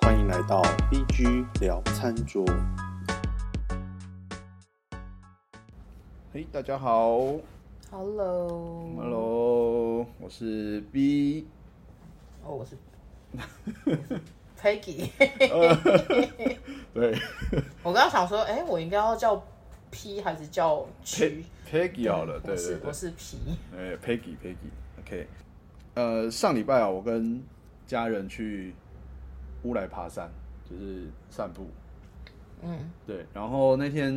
来到 BG 聊餐桌。嘿、大家好 Hello， ，Hello，我是 B， 哦，我是 Peggy。 对我刚刚想说，哎、我应该要叫 P 还是叫 Pe- G？ ，Peggy 好了，对对我是对我，是 P。哎，Peggy，Peggy，OK，、呃，上礼拜啊，我跟家人去乌来爬山，就是散步，嗯，对，然后那天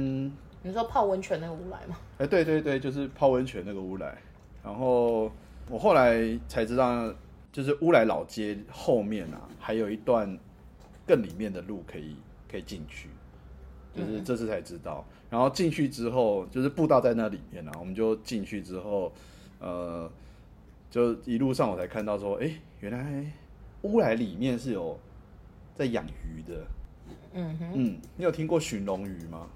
你说泡温泉那个乌来吗？哎、对对对，就是泡温泉那个乌来。然后我后来才知道，就是乌来老街后面啊，还有一段更里面的路可以可以进去，就是这次才知道。然后进去之后，就是步道在那里面啊，我们就进去之后，呃，就一路上我才看到说，哎、原来乌来里面是有在养鱼的。嗯哼，嗯，你有听过寻龙鱼吗？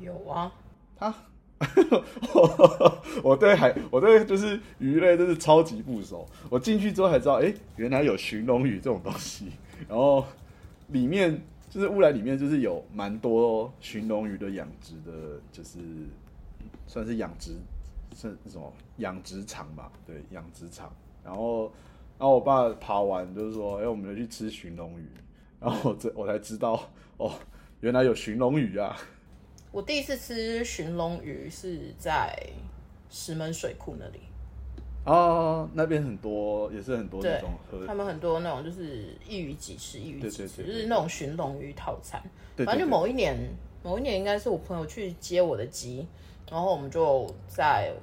有啊，啊，我对海，我对就是鱼类真是超级不熟。我进去之后才知道，哎、原来有寻龙鱼这种东西。然后里面就是乌来里面就是有蛮多寻龙鱼的养殖的，就是算是养殖是什么养殖场吧？对，养殖场。然后，然后我爸爬完就是说，哎、我们就去吃寻龙鱼。然后我这我才知道，哦，原来有寻龙鱼啊。我第一次吃寻龙鱼是在石门水库那里，哦，那边很多，也是很多那对种喝，他们很多那种就是一鱼几吃，一鱼对几对吃，对就对是那种寻龙鱼套餐。对对反正就对某一年，某一年应该是我朋友去接我的机，然后我们就在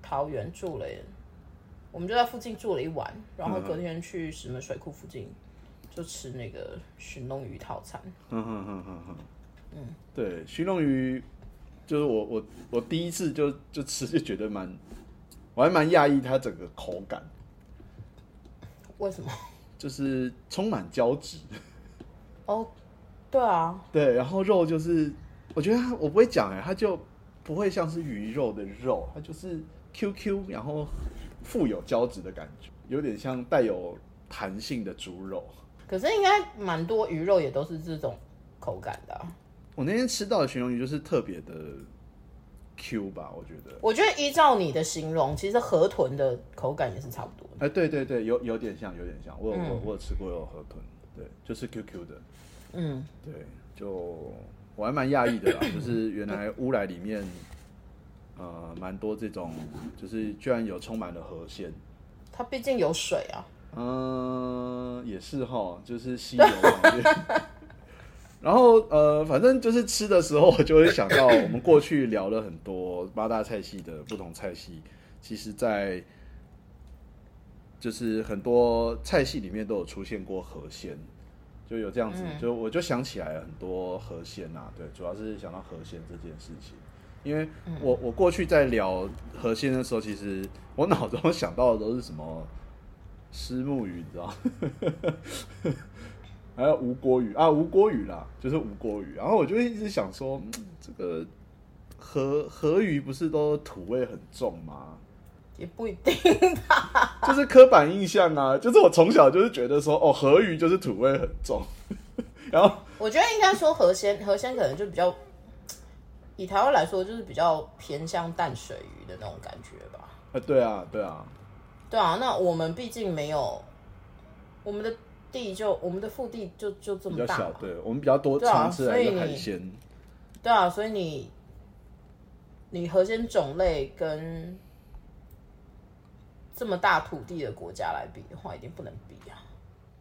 桃园住了，我们就在附近住了一晚，然后隔天去石门水库附近就吃那个寻龙鱼套餐。哼哼哼哼哼，嗯，对，熏龙鱼就是我我我第一次就就吃就觉得蛮，我还蛮讶异它整个口感，为什么？就是充满胶质， 哦，对啊，对，然后肉就是我觉得它我不会讲哎、它就不会像是鱼肉的肉，它就是 QQ，然后富有胶质的感觉，有点像带有弹性的猪肉。可是应该蛮多鱼肉也都是这种口感的啊、我那天吃到的鲟龙鱼就是特别的 Q 吧，我觉得。我觉得依照你的形容，其实河豚的口感也是差不多的。哎、对对对，有有点像，有点像。我有我嗯我有吃过有河豚，对，就是 QQ 的，嗯，对，就我还蛮讶异的啦，就是原来乌来里面，呃，蛮多这种，就是居然有充满了河鲜，它毕竟有水啊。嗯、也是哈，就是溪流旁 边。然后呃，反正就是吃的时候，我就会想到我们过去聊了很多八大菜系的不同菜系，其实在就是很多菜系里面都有出现过河鲜，就有这样子，就我就想起来了很多河鲜呐、啊，对，主要是想到河鲜这件事情。因为我我过去在聊河鲜的时候，其实我脑中想到的都是什么石目鱼，你知道吗？还有吴郭鱼啊，吴郭鱼啦，就是吴郭鱼。然后我就一直想说，嗯这个河河鱼不是都土味很重吗？也不一定，就是刻板印象啊，就是我从小就是觉得说，哦，河鱼就是土味很重。然后我觉得应该说河鲜，河鲜可能就比较，以台湾来说就是比较偏向淡水鱼的那种感觉吧。啊，对啊，对啊，对啊，那我们毕竟没有我们的地就我们的腹地就就这比较么大小，嘛，对我们比较多对啊尝试来所以的你海鲜。对啊，所以你你河鲜种类跟这么大土地的国家来比的话，一定不能比啊。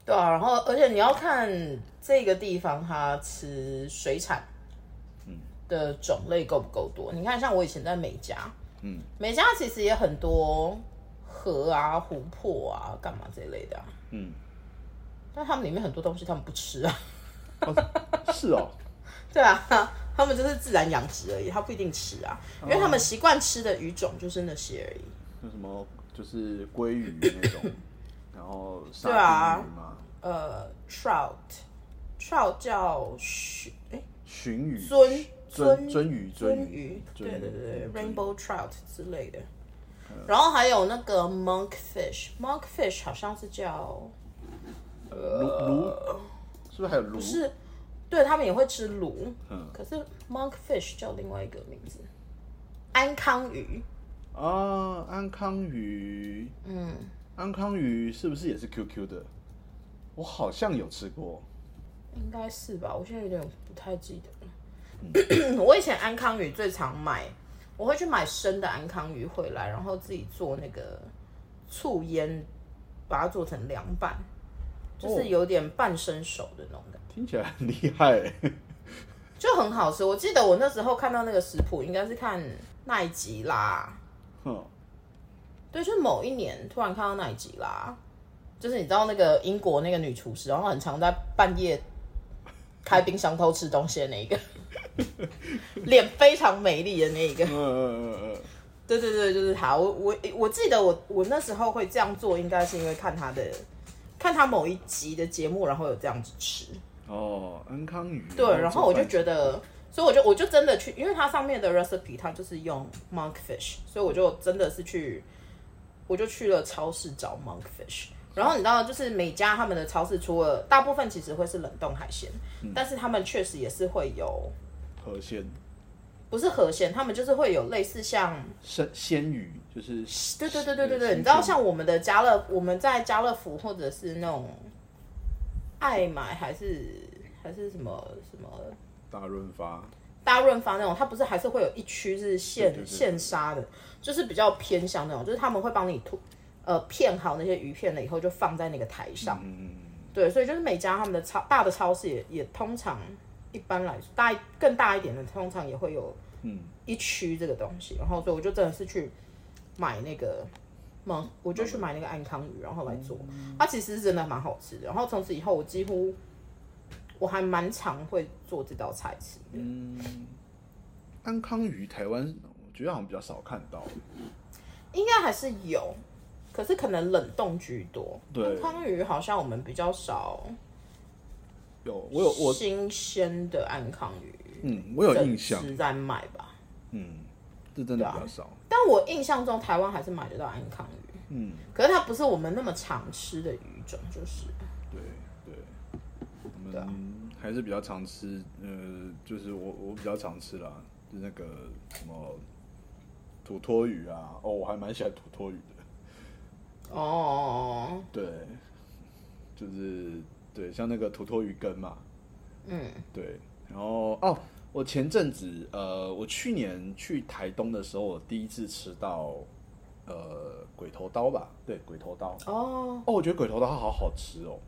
对啊，然后而且你要看这个地方它吃水产，的种类够不够多？你看，像我以前在美加，嗯，美加其实也很多河啊、湖泊啊、干嘛这一类的、啊，嗯，但他们里面很多东西他们不吃啊。哦是哦，对啊， 他们就是自然养殖而已，他不一定吃啊，哦因为他们习惯吃的鱼种就是那些而已。那什么就是鲑鱼那种，然后沙对啊丁鱼嘛，呃，trout，trout 叫鲟，哎，鲟鱼、鳟鳟鳟鳟鱼、鳟鱼鱼，，对鳟对对鱼嗯，rainbow trout 之类的。然后还有那个 monkfish，monkfish 好像是叫鲈鲈是不是还有不芦？是，对他们也会吃鲈，嗯可是 monkfish 叫另外一个名字，安康鱼，啊，安康鱼，嗯，安康鱼是不是也是 QQ 的？我好像有吃过，应该是吧，我现在有点不太记得 了。我以前安康鱼最常买，我会去买生的安康鱼回来，然后自己做那个醋腌，把它做成凉拌，就是有点半生熟的那种感觉。听起来很厉害 欸。就很好吃。我记得我那时候看到那个食谱，应该是看奈吉拉，哼，对，就某一年突然看到奈吉拉，就是你知道那个英国那个女厨师，然后很常在半夜开冰箱偷吃东西的那一个，脸非常美丽的那一个嗯。嗯嗯嗯对对对，就是他。我我我记得我我那时候会这样做，应该是因为看他的看他某一集的节目，然后有这样子吃。嗯，哦，安康鱼。对，然后我就得，觉得，所以我就我就真的去，因为它上面的 recipe 它就是用 monkfish，所以我就真的是去，我就去了超市找 monkfish。然后你知道，就是每家他们的超市除了大部分其实会是冷冻海鲜，但是他们确实也是会有，河鲜不是河鲜，他们就是会有类似像，生鲜鱼就是，对对对对对对，新你知道鲜像我们的家乐，我们在家乐福或者是那种爱买还是还是什么什么大润发，大润发那种，它不是还是会有一区是现对对对现杀的，就是比较偏向那种，就是他们会帮你吐呃片好那些鱼片了以后，就放在那个台上。嗯，对，所以就是每家他们的超大的超市也也通常一般来说大一更大一点的，通常也会有嗯一区这个东西。然后所以我就真的是去买那个。嗯，我就去买那个安康鱼，然后来做。嗯它其实是真的蛮好吃的。然后从此以后，我几乎我还蛮常会做这道菜吃的。安康鱼台湾我觉得好像比较少看到，应该还是有，可是可能冷冻居多。对安康鱼好像我们比较少有我有我新鲜的安康鱼，嗯我有印象，是在卖吧？嗯，这真的比对较啊少，但我印象中台湾还是买得到安康鱼，嗯，可是它不是我们那么常吃的鱼种，就是对对，我对啊们还是比较常吃，呃，就是我我比较常吃啦，就那个什么土托鱼啊，哦，我还蛮喜欢土托鱼的，哦，对，就是对，像那个土托鱼羹嘛，嗯对，然后哦，我前阵子呃，我去年去台东的时候，我第一次吃到呃鬼头刀吧，对，鬼头刀。哦，哦，我觉得鬼头刀好好吃哦，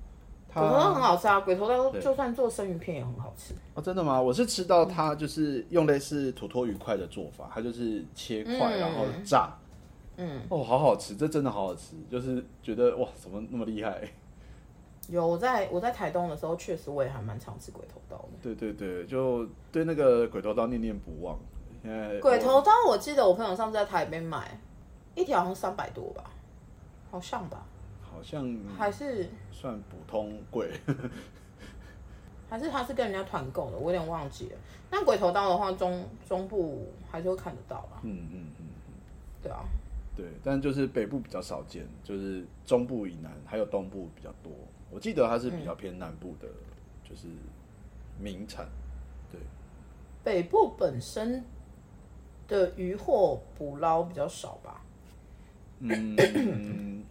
它鬼头刀很好吃啊，鬼头刀对就算做生鱼片也很好吃。哦，真的吗？我是吃到它就是用类似土托鱼块的做法，它就是切块嗯然后炸。嗯，哦，好好吃，这真的好好吃，就是觉得哇，怎么那么厉害？有我在我在台东的时候，确实我也还蛮常吃鬼头刀的。对对对，就对那个鬼头刀念念不忘。现在鬼我头刀，我记得我朋友上次在台北买一条，好像三百多吧，好像吧，好像还是算普通贵，还是他是跟人家团购的，我有点忘记了。但鬼头刀的话，中中部还是会看得到啦，嗯嗯嗯，对啊，对，但就是北部比较少见，就是中部以南还有东部比较多。我记得它是嗯比较偏南部的，就是名产。对，北部本身的渔获捕捞比较少吧，嗯，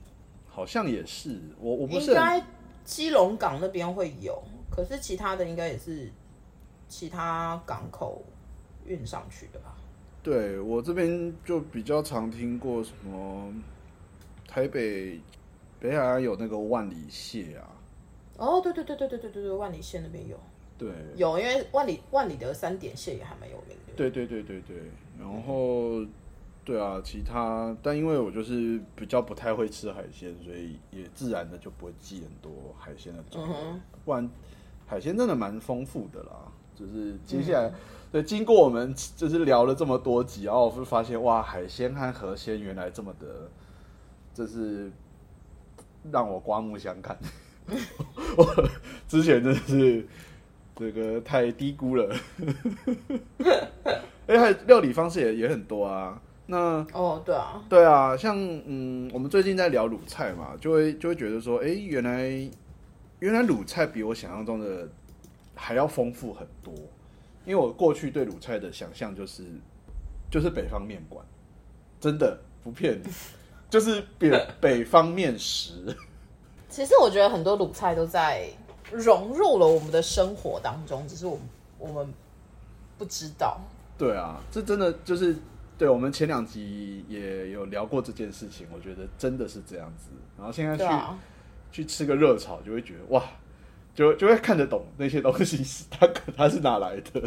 好像也是，我我不应是很该基隆港那边会有，可是其他的应该也是其他港口运上去的吧。对我这边就比较常听过什么台北北海岸有那个万里蟹啊，哦，对对对对对对对对，万里线那边有。对，有，因为万里万里的三点蟹也还蛮有名的。对对对对对，然后对啊，其他但因为我就是比较不太会吃海鲜，所以也自然的就不会记很多海鲜的种类嗯哼不然海鲜真的蛮丰富的啦。就是接下来，嗯对，经过我们就是聊了这么多集，然后我会发现哇，海鲜和河鲜原来这么的，就是让我刮目相看。 我之前真的是这个太低估了，哎，还有料理方式也也很多啊。那哦，对啊，对啊，像嗯，我们最近在聊鲁菜嘛，就会就会觉得说，哎、原来原来鲁菜比我想象中的还要丰富很多，因为我过去对鲁菜的想象就是就是北方面馆，真的不骗你，就是北 北方面食。其实我觉得很多鲁菜都在融入了我们的生活当中，只是我们我们不知道。对啊，这真的就是对我们前两集也有聊过这件事情，我觉得真的是这样子。然后现在去、对啊，去吃个热炒，就会觉得哇，就就会看得懂那些东西是它它是哪来的。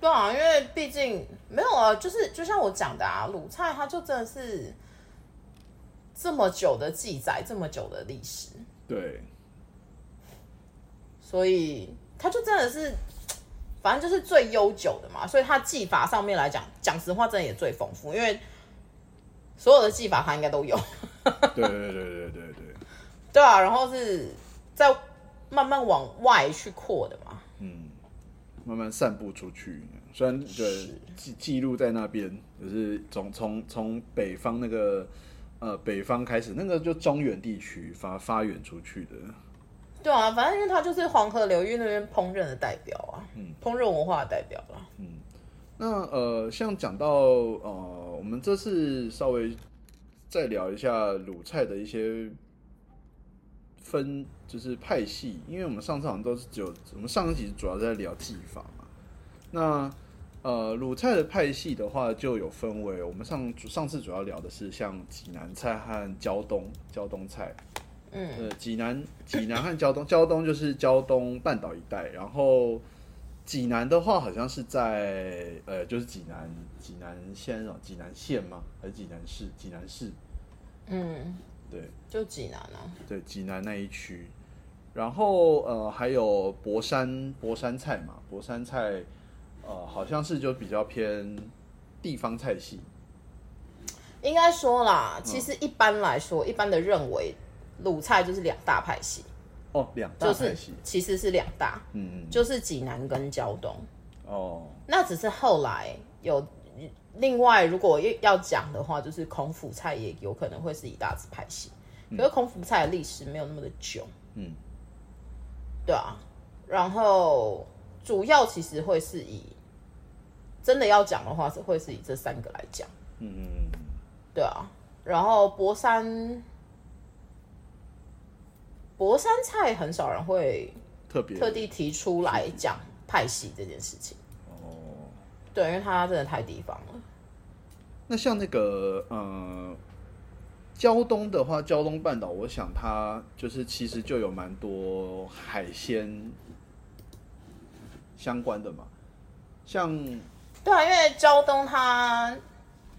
对啊，因为毕竟没有啊，就是就像我讲的啊，鲁菜它就真的是这么久的记载，这么久的历史， 对，所以它就真的是，反正就是最悠久的嘛。所以它技法上面来讲，讲实话真的也最丰富，因为所有的技法它应该都有。 对对对对对对，对啊，然后是在慢慢往外去扩的嘛。嗯，慢慢散布出去。虽然对记记录在那边，就是从从从北方那个呃北方开始，那个就中原地区发发源出去的。对啊，反正因为它就是黄河流域那边烹饪的代表啊，嗯烹饪文化的代表啊啦、那呃，像讲到呃，我们这次稍微再聊一下鲁菜的一些分，就是派系，因为我们上次好像都是只有我们上一集主要在聊技法嘛。那呃，鲁菜的派系的话，就有分为我们上上次主要聊的是像济南菜和胶东胶东菜。嗯，呃，济南、济南和胶东，胶东就是胶东半岛一带，然后济南的话好像是在呃，就是济南济南县哦，济南县吗？还是济南市？济南市，嗯，对就济南啊，对，济南那一区。然后呃，还有博山博山菜嘛，博山菜呃，好像是就比较偏地方菜系，应该说啦，嗯其实一般来说，一般的认为鲁菜就是两大派系，哦，两大就派是系，其实是两大，嗯嗯，就是济南跟胶东。哦，那只是后来有另外，如果要讲的话，就是孔府菜也有可能会是一大支派系，可是孔府菜的历史没有那么的久，嗯，对啊。然后主要其实会是以真的要讲的话，是会是以这三个来讲，嗯嗯嗯嗯。对啊。然后博山，博山菜很少人会特别特地提出来讲派系这件事情，哦，对，因为它真的太地方了。那像那个呃，胶东的话，胶东半岛，我想它就是其实就有蛮多海鲜相关的嘛，像对啊，因为胶东它，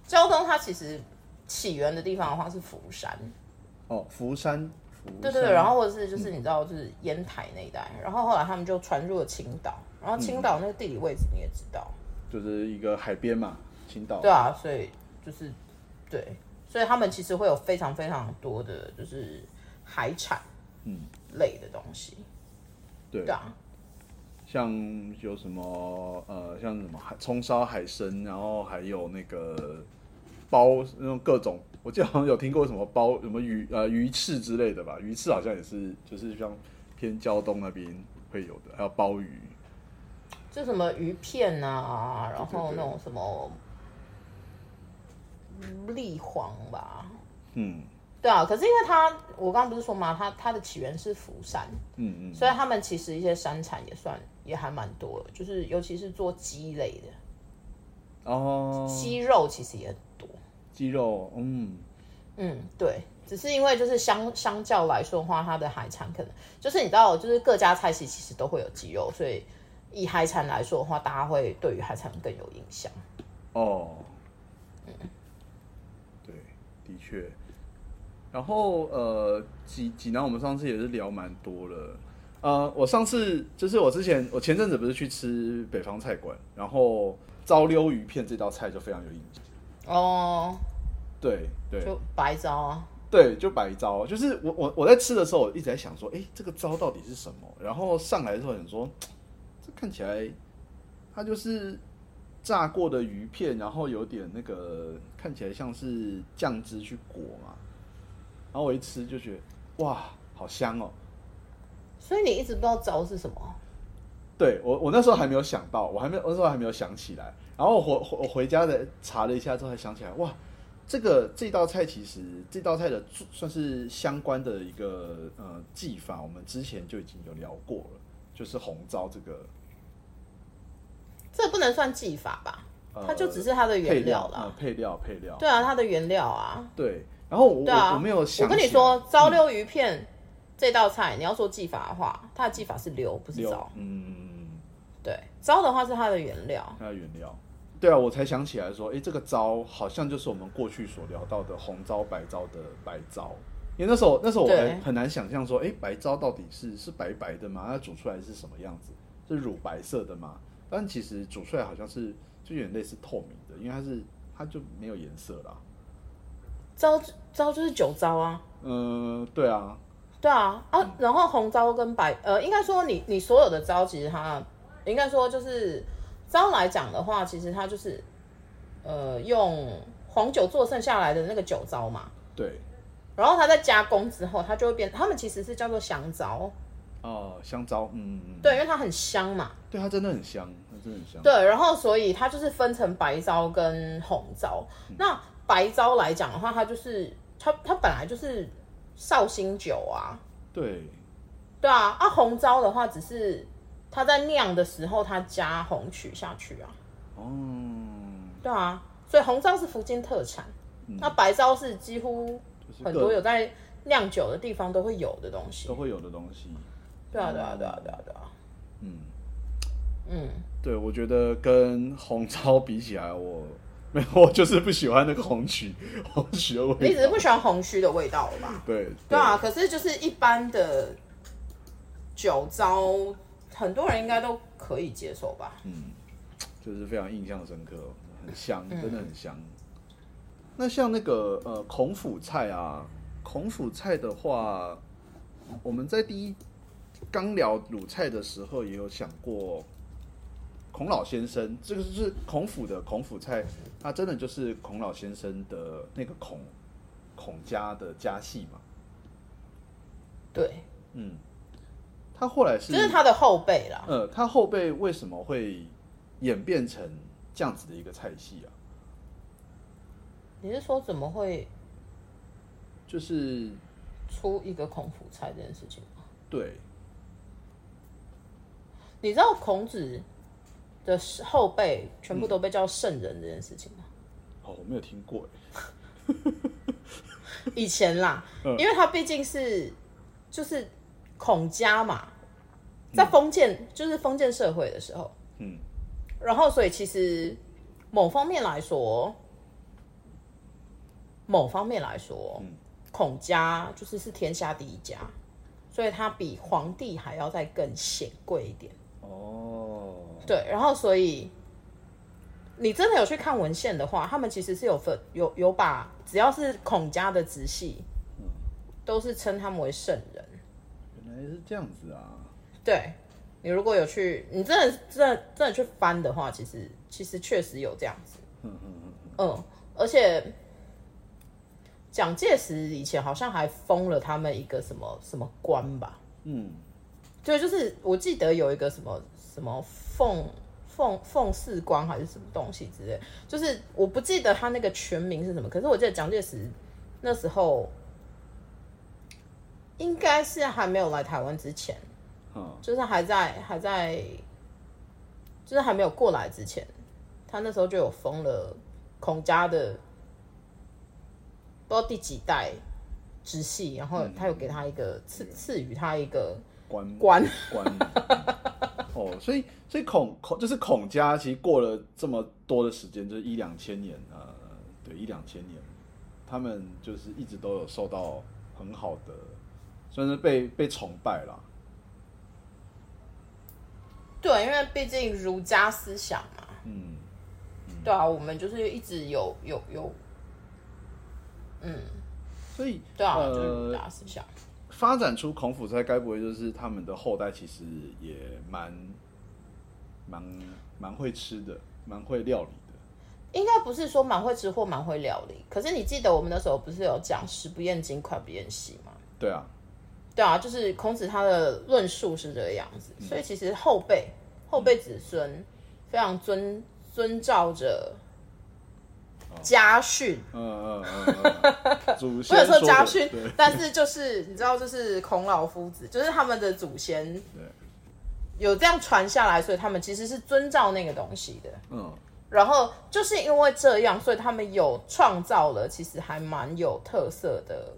胶东它其实起源的地方的话是福山，哦福山，嗯福对对对，然后或者是就是你知道就是烟台那一带，然后后来他们就传入了青岛，然后青岛那个地理位置你也知道，就是一个海边嘛，青岛对啊，所以就是对，所以他们其实会有非常非常多的就是海产嗯类的东西，对对啊，像有什么呃，像什么海葱烧海参，然后还有那个包那种各种，我记得好像有听过什么包什么鱼呃鱼翅之类的吧，鱼翅好像也是就是像偏胶东那边会有的，还有鲍鱼，就什么鱼片啊，然后对对对那种什么栗黄吧，嗯对啊，可是因为它，我刚刚不是说嘛，它它的起源是釜山，嗯嗯，所以他们其实一些山产也算也还蛮多的，就是尤其是做鸡类的，哦，鸡肉其实也很多。鸡肉，嗯嗯，对，只是因为就是相相较来说的话，它的海产可能就是你知道，就是各家菜系其实都会有鸡肉，所以以海产来说的话，大家会对于海产更有印象。哦，对，的确。然后呃，济济南我们上次也是聊蛮多了。呃，我上次就是我之前我前阵子不是去吃北方菜馆，然后糟溜鱼片这道菜就非常有印象。哦，对对就白糟啊，对，就白糟，就是我我我在吃的时候，我一直在想说，哎，这个糟到底是什么？然后上来的时候想说，这看起来它就是炸过的鱼片，然后有点那个看起来像是酱汁去裹嘛。然后我一吃就觉得，哇，好香哦！所以你一直不知道招是什么，啊对我，我那时候还没有想到，我还没，我那时候还没有想起来。然后我回我回家的查了一下之后，才想起来，哇，这个这道菜其实这道菜的做算是相关的一个呃技法，我们之前就已经有聊过了，就是红糟这个这不能算技法吧？呃它就只是它的配原料呃啦。配料配料对啊，它的原料啊。对。然后我、对啊，我没有想，我跟你说，，糟溜鱼片这道菜，你要说技法的话，它的技法是溜，不是糟有。嗯，对，糟的话是它的原料。它的原料。对啊，我才想起来说，诶，这个糟好像就是我们过去所聊到的红糟、白糟的白糟。因为那时候，那时候我对很很难想象说，诶，白糟到底是是白白的吗？它煮出来是什么样子？是乳白色的吗？但其实煮出来好像是就有点类似透明的，因为它是它就没有颜色啦。糟糟就是酒糟啊，嗯、对啊，对啊啊，然后红糟跟白呃，应该说你你所有的糟，其实它应该说就是糟来讲的话，其实它就是呃用黄酒做剩下来的那个酒糟嘛，对，然后它在加工之后，它就会变，它们其实是叫做香糟，哦、香糟，嗯，嗯，嗯对，因为它很香嘛，对，它真的很香，它真的很香。对，然后所以它就是分成白糟跟红糟。那白糟来讲的话，它就是它它本来就是绍兴酒啊，对，对啊，啊红糟的话只是它在酿的时候它加红曲下去啊，哦，对啊，所以红糟是福建特产，嗯那白糟是几乎就是很各多有在酿酒的地方都会有的东西都。会有的东西。对啊，对啊，对啊，对啊，对啊，嗯，嗯，对，我觉得跟红烧比起来，我 没有，我就是不喜欢那个红曲，红曲的味道。你只是不喜欢红曲的味道了吧？对对啊，，可是就是一般的酒糟，很多人应该都可以接受吧？嗯，就是非常印象深刻，哦很香，嗯真的很香。那像那个呃孔府菜啊，孔府菜的话，我们在第一刚聊鲁菜的时候也有想过。孔老先生，这个就是孔府的孔府菜，它真的就是孔老先生的那个孔孔家的家系嘛。对，嗯，他后来是就是他的后辈啦。呃，它后辈为什么会演变成这样子的一个菜系啊？你是说怎么会就是出一个孔府菜这件事情吗？对，你知道孔子的后辈全部都被叫圣人这件事情吗？哦，我没有听过欸， 以前啦，嗯因为他毕竟是就是孔家嘛，在封建、就是封建社会的时候，嗯，然后所以其实某方面来说，某方面来说，嗯孔家就是是天下第一家，所以他比皇帝还要再更显贵一点。哦，对，然后所以你真的有去看文献的话，他们其实是有分有有把只要是孔家的直系，都是称他们为圣人。原来是这样子啊，对你如果有去，你真的真的真的去翻的话，其实其实确实有这样子。嗯嗯嗯，嗯，而且蒋介石以前好像还封了他们一个什么什么官吧？嗯，对，就是我记得有一个什么什么凤凤凤四光还是什么东西之类，就是我不记得他那个全名是什么，可是我记得蒋介石那时候应该是还没有来台湾之前，好、就是还在还在，就是还没有过来之前，他那时候就有封了孔家的，不知道第几代直系，然后他有给他一个赐赐予他一个关官，关。哦，所以所以孔孔就是孔家，其实过了这么多的时间，就是一两千年，呃，对，一两千年，他们就是一直都有受到很好的，算是被被崇拜啦。对，因为毕竟儒家思想嘛，嗯，对啊，我们就是一直有有有，嗯，所以对啊，就是儒呃，家思想，发展出孔府菜，该不会就是他们的后代其实也蛮蛮蛮会吃的，蛮会料理的。应该不是说蛮会吃或蛮会料理，可是你记得我们那时候不是有讲食不厌精，快不厌细吗？对啊，对啊，就是孔子他的论述是这个样子，嗯所以其实后辈后辈子孙非常遵遵照着哦家训，嗯嗯嗯嗯嗯，祖不能先说的家训对，但是就是你知道，就是孔老夫子，就是他们的祖先对，有这样传下来，所以他们其实是遵照那个东西的。嗯然后就是因为这样，所以他们有创造了其实还蛮有特色的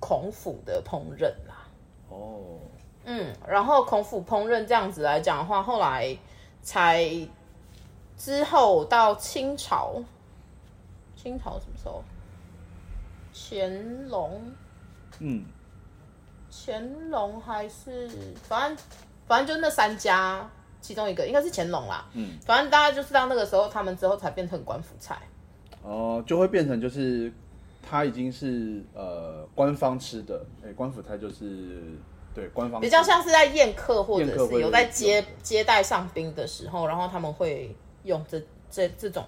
孔府的烹饪啦。哦，嗯，然后孔府烹饪这样子来讲的话，后来才之后到清朝，清朝什么时候？乾隆，嗯乾隆还是反正反正就那三家其中一个，应该是乾隆啦。嗯，反正大概就是到那个时候，他们之后才变成官府菜。哦，就会变成就是它已经是呃官方吃的，哎、官府菜就是对官方比较吃的像是在宴客或宴者客是会有在用接接待上宾的时候，然后他们会用这这这种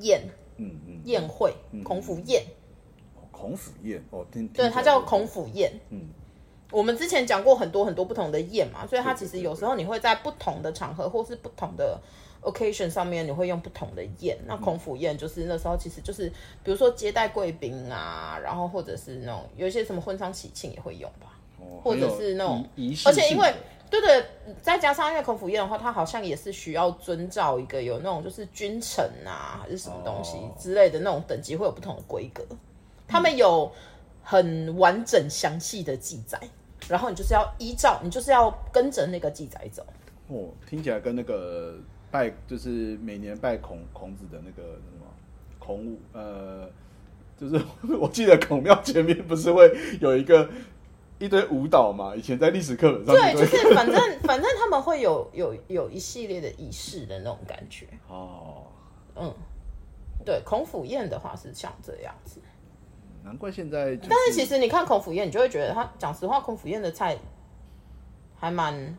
宴嗯嗯宴会，孔府宴，孔府宴哦，听对，它叫孔，府宴。嗯我们之前讲过很多很多不同的宴嘛，所以对它对其实对有时候你会在不同的场合或是不同的 occasion 上面，你会用不同的宴。那嗯孔府宴就是那时候其实就是，比如说接待贵宾啊，然后或者是那种有一些什么婚丧喜庆也会用吧。听起来哦或者很有是那种仪仪式而性的，且因为对对，再加上因为孔府宴的话，它好像也是需要遵照一个有那种就是君臣啊，还是什么东西哦之类的那种等级，会有不同的规格。他们有很完整详细的记载，然后你就是要依照，你就是要跟着那个记载走。哦，听起来跟那个拜就是每年拜孔孔子的那个什么孔武呃，就是 我记得孔庙前面不是会有一个一堆舞蹈嘛？以前在历史课本上对，面都就会是反正反正他们会有有有一系列的仪式的那种感觉。哦，嗯，对，孔府宴的话是像这样子。难怪现在、就是，但是其实你看孔府宴，你就会觉得他讲实话，孔府宴的菜还蛮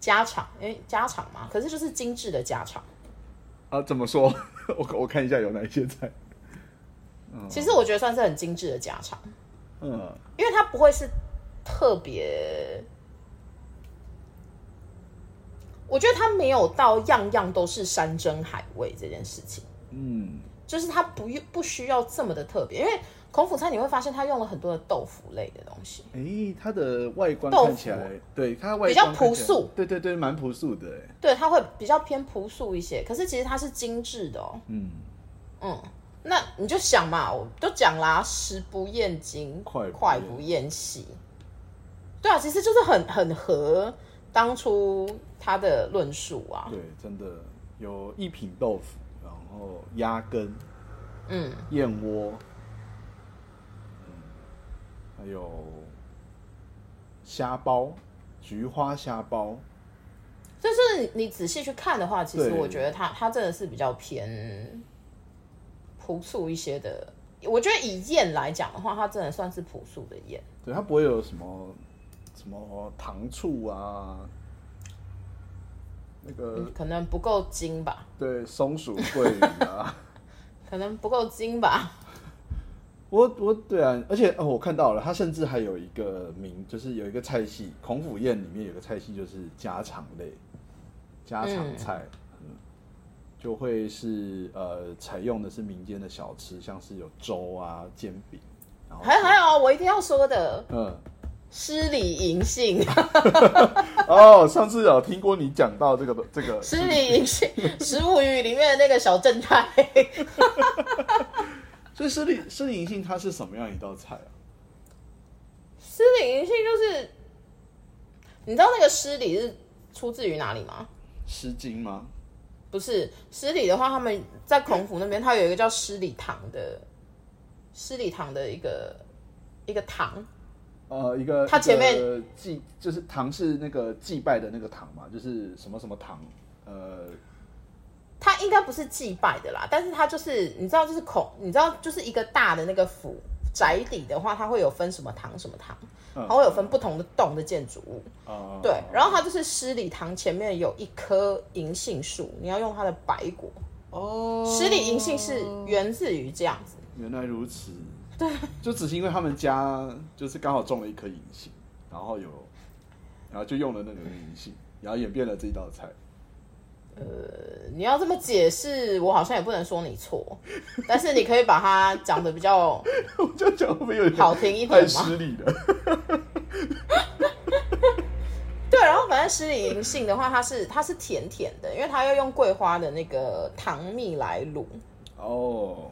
家常，因为家常嘛，可是就是精致的家常。啊怎么说？ 我我看一下有哪一些菜，其实我觉得算是很精致的家常，嗯因为它不会是特别，我觉得它没有到样样都是山珍海味这件事情。嗯就是它不用不需要这么的特别，因为孔府菜你会发现它用了很多的豆腐类的东西，诶，它的外观豆看起腐来，对它的外比较观看朴起来素，对对对，蛮朴素的，诶对，它会比较偏朴素一些，可是其实它是精致的哦。嗯，嗯，那你就想嘛，我都讲啦，食不厌精，快不快厌不厌细。对啊，其实就是很很合当初他的论述啊。对，真的有一品豆腐，然后鸭羹、嗯，燕窝，嗯，还有虾包、菊花虾包，就是你仔细去看的话，其实对我觉得他他真的是比较偏朴素一些的。我觉得以宴来讲的话，它真的算是朴素的宴。对，它不会有什么什么糖醋啊，那个嗯，可能不够精吧，对松鼠桂鱼啊。可能不够精吧。我我对啊，而且哦，我看到了，它甚至还有一个名，就是有一个菜系，孔府宴里面有个菜系就是家常类，家常菜，嗯就会是呃采用的是民间的小吃，像是有粥啊、煎饼，然后还有还有，我一定要说的，嗯失礼银杏。 哦，上次有听过你讲到这个这个失礼银杏，《食物语》里面的那个小正太， 所以失礼失礼银杏它是什么样一道菜啊？失礼银杏就是，你知道那个失礼是出自于哪里吗？诗经吗？不是失礼的话，他们在孔府那边，它有一个叫失礼堂的，失礼堂的一个一个堂，呃，一个它前面一个祭就是堂是那个祭拜的那个堂嘛，就是什么什么堂，呃，它应该不是祭拜的啦，但是它就是你知道，就是孔，你知道就是一个大的那个府宅邸的话，它会有分什么堂什么堂，嗯它会有分不同的栋的建筑物。啊，对，然后它就是十里堂前面有一棵银杏树，你要用它的白果。哦，十里银杏是源自于这样子，原来如此，就只是因为他们家就是刚好种了一颗银杏，然后有，然后就用了那个银杏，然后演变了这一道菜。你要这么解释，我好像也不能说你错，但是你可以把它讲的比较我就讲会不会有点好听一太点嘛。失礼了？ 对，然后反正十里银杏的话，它是它是甜甜的，因为它要用桂花的那个糖蜜来卤。哦，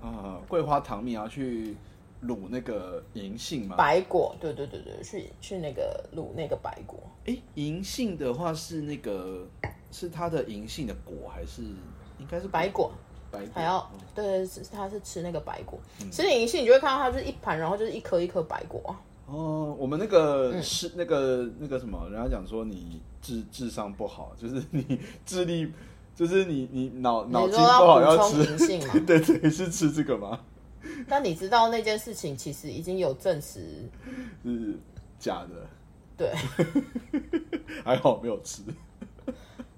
啊，桂花糖蜜要去卤那个银杏嘛？白果，对对对对，去去那个卤那个白果，诶，银杏的话是那个是它的银杏的果还是应该是白果白果哦还要对，是它是吃那个白果。嗯吃你银杏，你就会看到它就是一盘，然后就是一颗一颗白果啊。哦，我们那嗯个是、那个那个什么，人家讲说你智智商不好，就是 你智力，就是你你脑嗯你脑说筋不好要补要充银吃，杏嘛？ 对对是吃这个吗？但你知道那件事情其实已经有证实，是假的，对， 还好没有吃。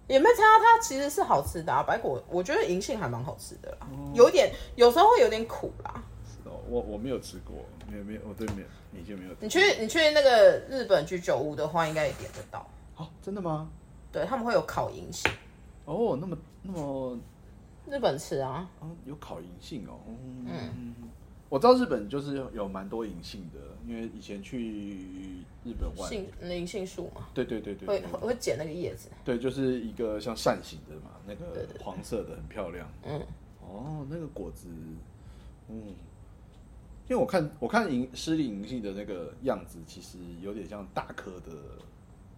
也没差，它其实是好吃的、啊。白果我觉得银杏还蛮好吃的啦，嗯有点有时候会有点苦啦。是哦，我我没有吃过，没有没有，我对没有，你就没有吃你去你去那个日本居酒屋的话，应该也点得到。哦，真的吗？对，他们会有烤银杏，哦，那么那么日本吃啊，啊，有烤银杏哦。嗯，我知道日本就是有蛮多银杏的，因为以前去日本玩，杏那银杏树嘛，对对对对，会对会会剪那个叶子。对，就是一个像扇形的嘛，那个黄色的很漂亮。嗯，哦，那个果子，嗯，因为我看我看银狮里银杏的那个样子，其实有点像大颗的，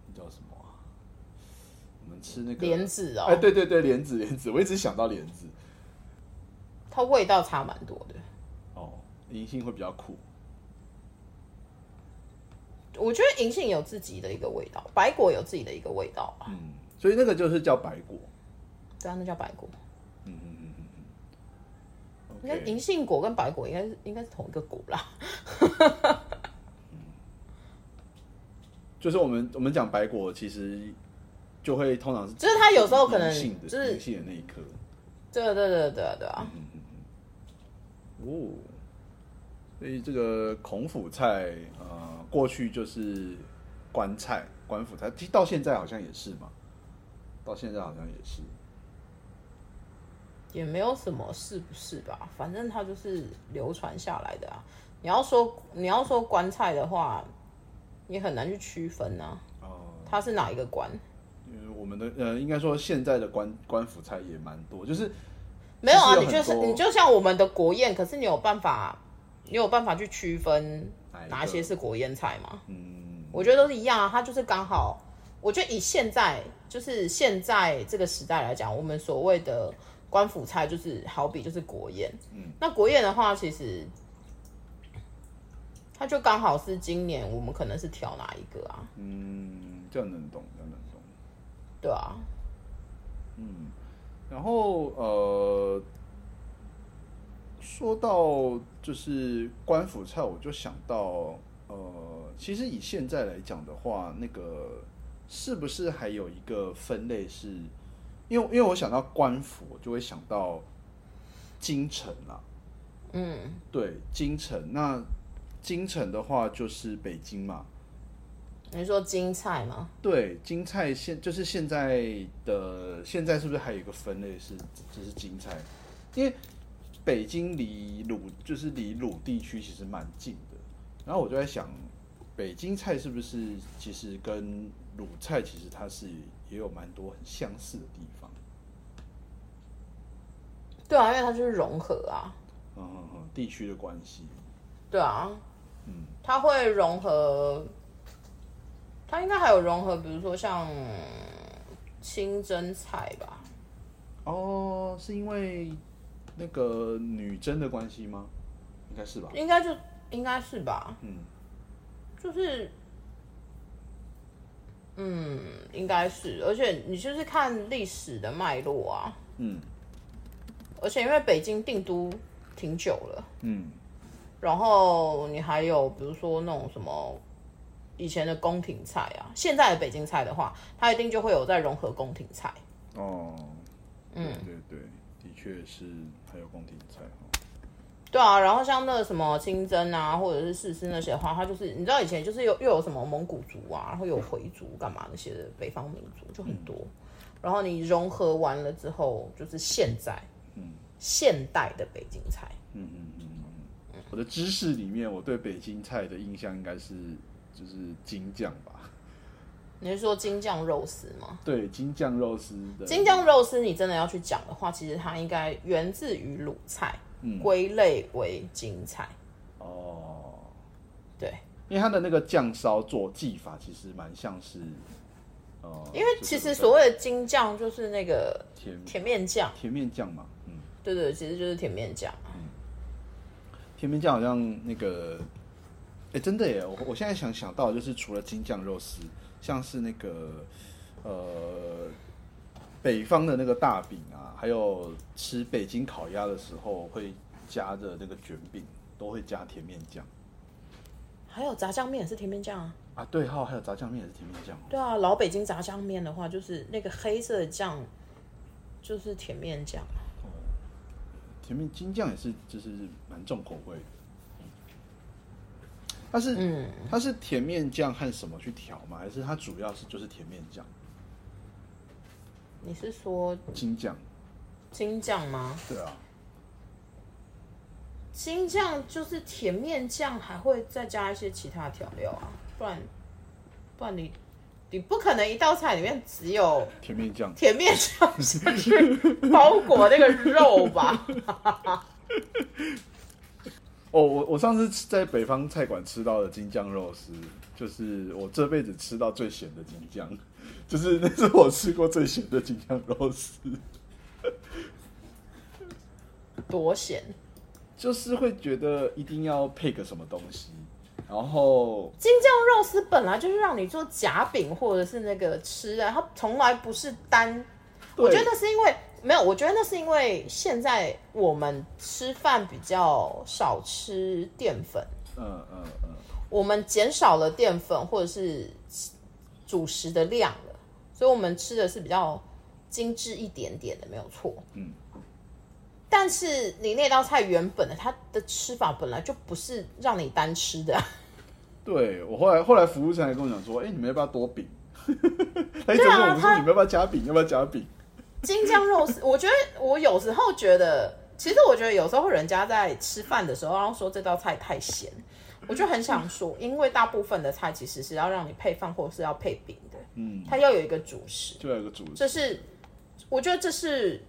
那叫什么啊？我们吃那个莲子哦哎，对对对，莲子莲子，我一直想到莲子。它味道差蛮多的。哦，银杏会比较苦。我觉得银杏有自己的一个味道，白果有自己的一个味道吧。嗯，所以那个就是叫白果。对啊，那叫白果。嗯嗯嗯嗯嗯。应该 OK 银杏果跟白果应该是应该是同一个果啦。就是我们我们讲白果，其实就会通常是就是它有时候可能银杏的就是银杏的那一颗。对对对对对对啊！嗯哦，所以这个孔府菜，呃，过去就是官菜、官府菜，其实到现在好像也是嘛，到现在好像也是。也没有什么是不是吧，反正它就是流传下来的啊。你要说你要说官菜的话，也很难去区分啊，哦、它是哪一个官？因为我们的呃，应该说现在的官官府菜也蛮多，就是没有啊，其你实有就很是多你就像我们的国宴，可是你有办法，你有办法去区分哪一个哪些是国宴菜吗？嗯，我觉得都是一样啊，它就是刚好，我觉得以现在就是现在这个时代来讲，我们所谓的官府菜就是好比就是国宴，嗯，那国宴的话，其实它就刚好是今年我们可能是挑哪一个啊，嗯，这样能懂，这样能懂。对啊，然后呃，说到就是官府菜，我就想到呃，其实以现在来讲的话，那个是不是还有一个分类是？因为因为我想到官府，我就会想到京城啦。嗯，对，京城。那京城的话就是北京嘛。你说京菜吗？对，京菜现就是现在的现在是不是还有一个分类是就是京菜？因为北京离鲁就是离鲁地区其实蛮近的，然后我就在想，北京菜是不是其实跟鲁菜其实它是也有蛮多很相似的地方。对啊，因为它就是融合啊，嗯嗯嗯，地区的关系。对啊，嗯，它会融合，它应该还有融合，比如说像清真菜吧，哦，是因为那个女真的关系吗？应该是吧。应该就应该是吧，嗯，就是，嗯，应该是，而且你就是看历史的脉络啊，嗯而且因为北京定都挺久了，嗯然后你还有比如说那种什么。以前的宫廷菜啊，现在的北京菜的话，它一定就会有在融合宫廷菜。哦，嗯，对对，的确是还有宫廷菜哈。对啊，然后像那个什么清真啊，或者是士师那些的话，它就是你知道以前就是有又有什么蒙古族啊，然后有回族干嘛那些的北方民族就很多，嗯然后你融合完了之后，就是现在，现代的北京菜，嗯嗯嗯嗯嗯。我的知识里面，我对北京菜的印象应该是就是京酱吧？ 你是说京酱肉丝吗？对，京酱肉丝的京酱肉丝，你真的要去讲的话，其实它应该源自于鲁菜，嗯归类为京菜，哦，对。因为它的那个酱烧做技法其实蛮像是，呃，因为就是其实所谓的京酱就是那个甜甜面酱，甜面酱嘛，嗯，对对，其实就是甜面酱。甜面酱好像那个，哎、真的耶！我我现在想想到的就是除了京酱肉丝，像是那个呃北方的那个大饼啊，还有吃北京烤鸭的时候会加的那个卷饼，都会加甜面酱还有炸酱面也是甜面酱啊，啊。对，还有还有炸酱面也是甜面酱哦。对啊，老北京炸酱面的话，就是那个黑色的酱，就是甜面酱。前面京酱也是就是蛮重口味的，它是、嗯，它是甜面酱和什么去调吗？还是它主要是就是甜面酱你是说京酱？京酱吗？对啊，京酱就是甜面酱，还会再加一些其他调料啊，不然不然你你不可能一道菜里面只有甜面酱。甜面酱下去包裹那个肉吧？哦，我我上次吃在北方菜馆吃到的京酱肉丝，就是我这辈子吃到最咸的京酱，就是 那是我吃过最咸的京酱肉丝，多咸！就是会觉得一定要配个什么东西，然后京酱肉丝本来就是让你做夹饼或者是那个吃啊，它从来不是单。我觉得那是因为没有，我觉得那是因为现在我们吃饭比较少吃淀粉，嗯嗯嗯，我们减少了淀粉或者是主食的量了，所以我们吃的是比较精致一点点的，没有错。嗯。但是你那道菜原本的它的吃法本来就不是让你单吃的啊、对我后来后来服务生还跟我讲说，哎、你们要不要多饼？ 他一直对啊问我说，他你们要不要加饼？要不要加饼？京酱肉丝， 我觉得我有时候觉得，其实我觉得有时候人家在吃饭的时候，然后说这道菜太咸，我就很想说，嗯因为大部分的菜其实是要让你配饭或者是要配饼的，嗯，它要有一个主食，就要有个主这是我觉得这是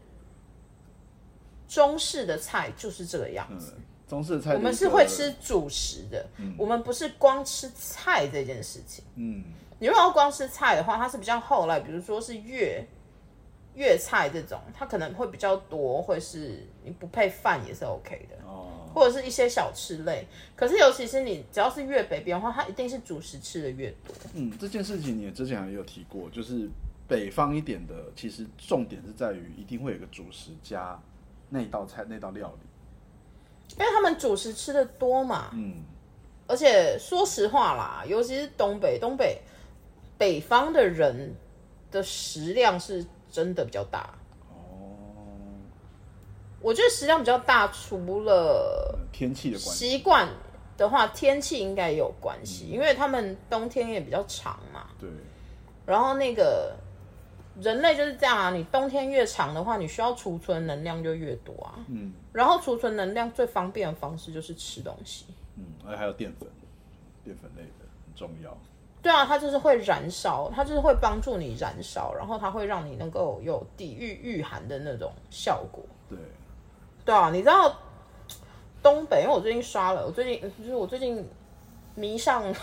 中式的菜就是这个样嗯子。，中式的菜我们就是嗯一个会吃，主食的，我们不是光吃菜这件事情。嗯你如果要光吃菜的话，它是比较后来，比如说是粤粤菜这种，它可能会比较多，会是你不配饭也是 OK 的，哦，或者是一些小吃类。可是尤其是你只要是越北边的话，它一定是主食吃的越多。嗯，这件事情你也之前还有提过，就是北方一点的，其实重点是在于一定会有一个主食加那道菜那道料理。因为他们主食吃的多嘛，嗯，而且说实话啦，尤其是东北，东北北方的人的食量是真的比较大。哦，我觉得食量比较大，除了呃天气的关系，嗯习惯的话，天气应该也有关系，因为他们冬天也比较长嘛。对，然后那个人类就是这样啊，你冬天越长的话，你需要储存能量就越多啊。嗯然后储存能量最方便的方式就是吃东西。嗯，而且还有淀粉，淀粉类的很重要。对啊，它就是会燃烧，它就是会帮助你燃烧，然后它会让你能够有抵御御寒的那种效果。对，对啊，你知道东北？因为我最近刷了，我最近就是我最近迷上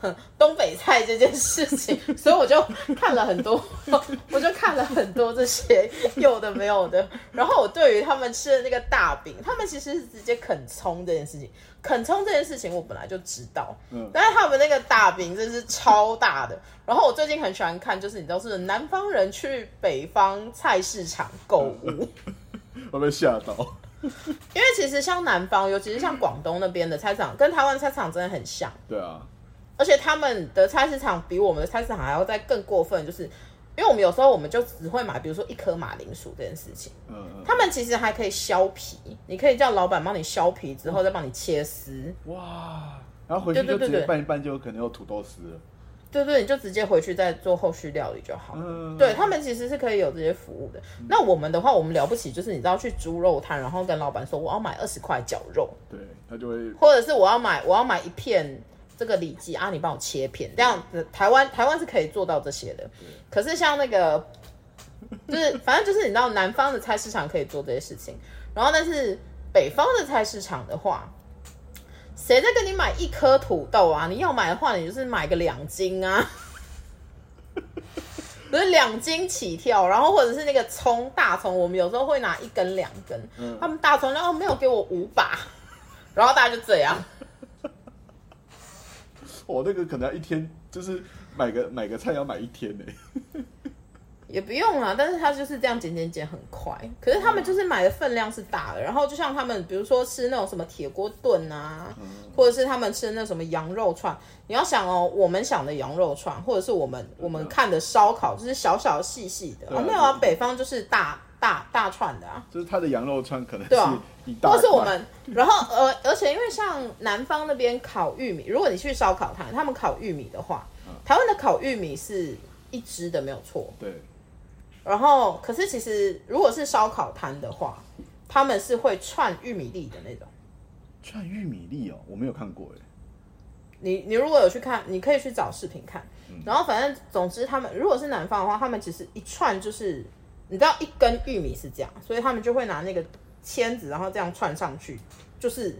呃，东北菜这件事情，所以我就看了很多， 我就看了很多这些有的没有的。然后我对于他们吃的那个大饼，他们其实是直接啃葱这件事情，啃葱这件事情我本来就知道，嗯但是他们那个大饼真是超大的。然后我最近很喜欢看，就是你知道是南方人去北方菜市场购物。会被吓到。因为其实像南方，尤其是像广东那边的菜市场，跟台湾菜市场真的很像。对啊，而且他们的菜市场比我们的菜市场还要再更过分，就是因为我们有时候我们就只会买，比如说一颗马铃薯这件事情，嗯嗯，他们其实还可以削皮，你可以叫老板帮你削皮之后再帮你切丝，哇，然后回去就对对直对接对拌一拌，就有可能有土豆丝了。对对，你就直接回去再做后续料理就好了。嗯，对他们其实是可以有这些服务的。那我们的话，我们了不起就是你知道去猪肉摊，然后跟老板说我要买二十块绞肉，对，他就会或者是我要买我要买一片这个里脊啊，你帮我切片，这样子台湾台湾是可以做到这些的。可是像那个，就是反正就是你知道南方的菜市场可以做这些事情，然后但是北方的菜市场的话，谁在跟你买一颗土豆啊？你要买的话，你就是买个两斤啊。不是两斤起跳，然后或者是那个葱大葱，我们有时候会拿一根两根，嗯他们大葱然后没有给我五把，然后大家就这样，我哦那个可能要一天，就是买个买个菜要买一天呢、也不用啦，但是他就是这样剪剪剪很快。可是他们就是买的分量是大的，然后就像他们比如说吃那种什么铁锅炖啊，嗯或者是他们吃那什么羊肉串，你要想哦，我们想的羊肉串，或者是我们我们看的烧烤，就是小小细细的，啊对啊啊没有啊，北方就是大大大串的啊。就是他的羊肉串可能对啊是一大或块，是我们，然后呃，而且因为像南方那边烤玉米，如果你去烧烤摊，他们烤玉米的话，嗯台湾的烤玉米是一只的没有错。对然后，可是其实如果是烧烤摊的话，他们是会串玉米粒的那种。串玉米粒哦，我没有看过哎、你你如果有去看，你可以去找视频看。然后反正总之他们如果是南方的话，他们其实一串就是你知道一根玉米是这样，所以他们就会拿那个签子，然后这样串上去，就是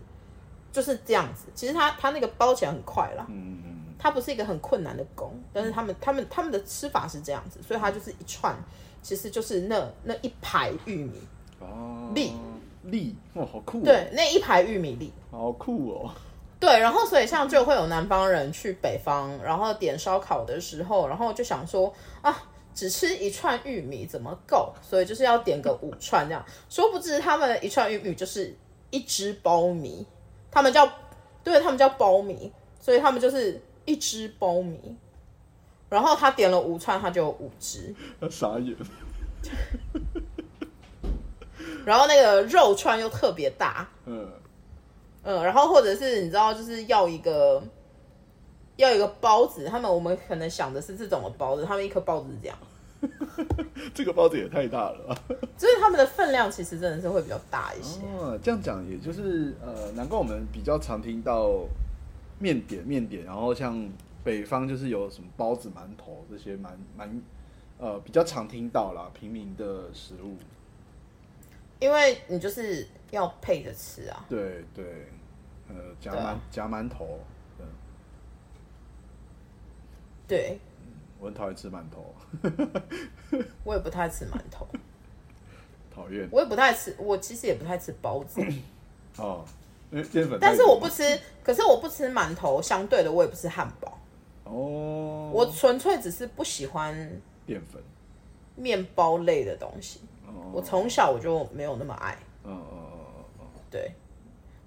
就是这样子。其实它它那个包起来很快啦，嗯嗯它不是一个很困难的工，但是他们他们他们的吃法是这样子，所以它就是一串，其实就是那那一排玉米，嗯，哦，粒粒哦，好酷、哦，对，，那一排玉米粒。好酷哦， 对，然后所以像就会有南方人去北方，然后点烧烤的时候，然后就想说啊，只吃一串玉米怎么够？所以就是要点个五串这样。殊不知他们一串玉米就是一只苞米，他们叫对他们叫苞米，所以他们就是一只苞米。然后他点了五串，他就有五只。他傻眼，然后那个肉串又特别大，嗯，嗯，然后或者是你知道，就是要一个要一个包子，他们我们可能想的是这种的包子，他们一颗包子是这样， 这个包子也太大了吧。就是他们的分量其实真的是会比较大一些。哦，这样讲也就是呃，难怪我们比较常听到面点面点，然后像北方就是有什么包子、馒头这些蛮蛮呃比较常听到啦，平民的食物。因为你就是要配着吃啊，对对，呃，夹对馒啊夹馒头，嗯，对我很讨厌吃馒头，我也不太吃馒 头，讨厌我也不太吃，我其实也不太吃包 子，哦，因为淀粉太多嘛。但是我不吃，可是我不吃馒头，相对的我也不吃汉堡，哦，我纯粹只是不喜欢淀粉，面包类的东西，哦，我从小我就没有那么爱。嗯嗯嗯嗯嗯对，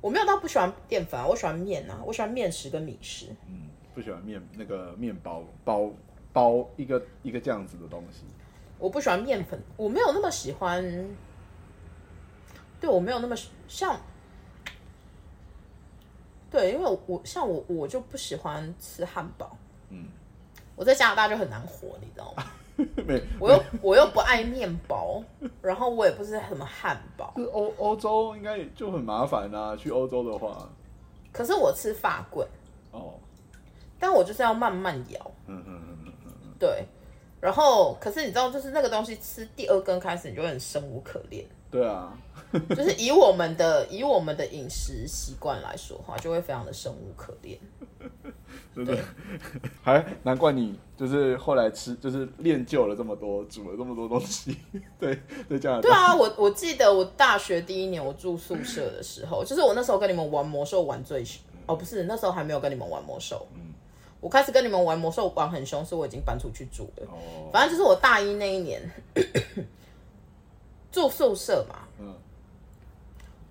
我没有到不喜欢淀粉啊，我喜欢面啊，我喜欢面食跟米食。嗯，不喜欢面那个面包包包一个一个这样子的东西。 我不喜欢面粉，我没有那么喜欢。对，我没有那么喜像。对，因为我我像我我就不喜欢吃汉堡。嗯，我在加拿大就很难活，你知道吗？没，我又我又不爱面包，然后我也不是什么汉堡，就是欧欧洲应该就很麻烦啦、去欧洲的话，可是我吃法棍，哦，但我就是要慢慢咬。嗯嗯嗯嗯嗯嗯，对，然后可是你知道，就是那个东西吃第二根开始，你就会很生无可恋。对啊，就是以我们的以我们的饮食习惯来说话，就会非常的生无可恋。真的， 还难怪你就是后来吃就是练就了这么多，煮了这么多东西， 对，在加拿对大，啊，我我记得我大学第一年我住宿舍的时候，就是我那时候跟你们玩魔兽玩最凶哦，不是那时候还没有跟你们玩魔兽，我开始跟你们玩魔兽玩很凶，是我已经搬出去住了。哦，反正就是我大一那一年 住宿舍嘛，嗯，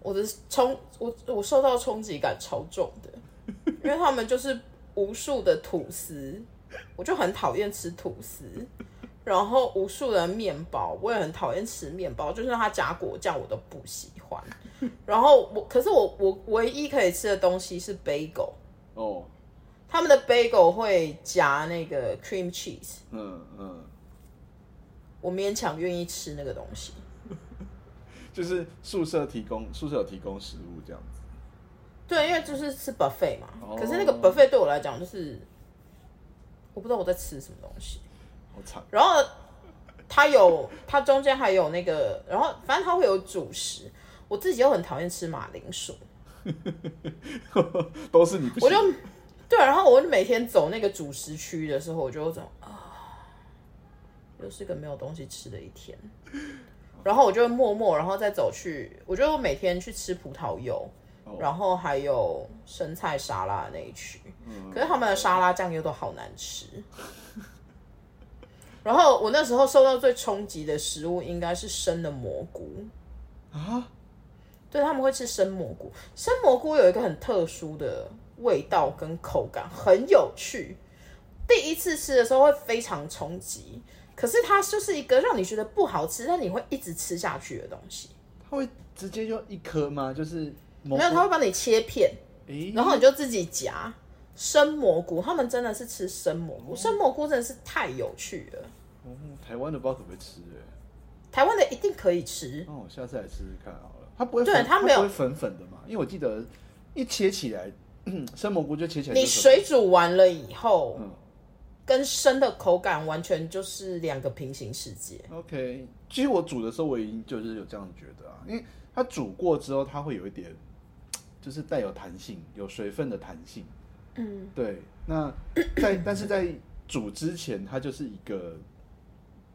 我的冲我我受到冲击感超重的，因为他们就是无数的吐司，我就很讨厌吃吐司。然后无数的面包，我也很讨厌吃面包，就是它加果酱我都不喜欢。然后我，可是我我唯一可以吃的东西是 bagel，哦，他们的 bagel 会加那个 cream cheese，嗯嗯，我勉强愿意吃那个东西。就是宿舍提供宿舍有提供食物这样子。对，因为就是吃 buffet 嘛，哦可是那个 buffet 对我来讲就是，我不知道我在吃什么东西。好惨， 然后它有，它中间还有那个，然后反正它会有主食。我自己又很讨厌吃马铃薯，都是你不我行就对，然后我就每天走那个主食区的时候，我就怎么啊，又是个没有东西吃的一天。然后我就会默默，然后再走去，我就每天去吃葡萄柚，哦然后还有生菜沙拉的那一区。可是他们的沙拉酱又都好难吃。 然后我那时候受到最冲击的食物应该是生的蘑菇。啊，对，他们会吃生蘑菇。生蘑菇有一个很特殊的味道跟口感，很有趣。第一次吃的时候会非常冲击，可是它就是一个让你觉得不好吃，但你会一直吃下去的东西。他会直接就一颗吗？就是没没有，它会帮你切片，诶，然后你就自己夹。生蘑菇，他们真的是吃生蘑嗯菇，生蘑菇真的是太有趣了。哦台湾的不知道可不可以吃哎，台湾的一定可以吃，那我下次来试试看好了。它不会对粉它没有不会粉粉的嘛？因为我记得一切起来， 生蘑菇就切起来就你是粉，水煮完了以后，嗯跟生的口感完全就是两个平行世界。 OK，其实我煮的时候我已经就是有这样觉得啊，因为它煮过之后，它会有一点，就是带有弹性，有水分的弹性。嗯，对。那在但是在煮之前，它就是一个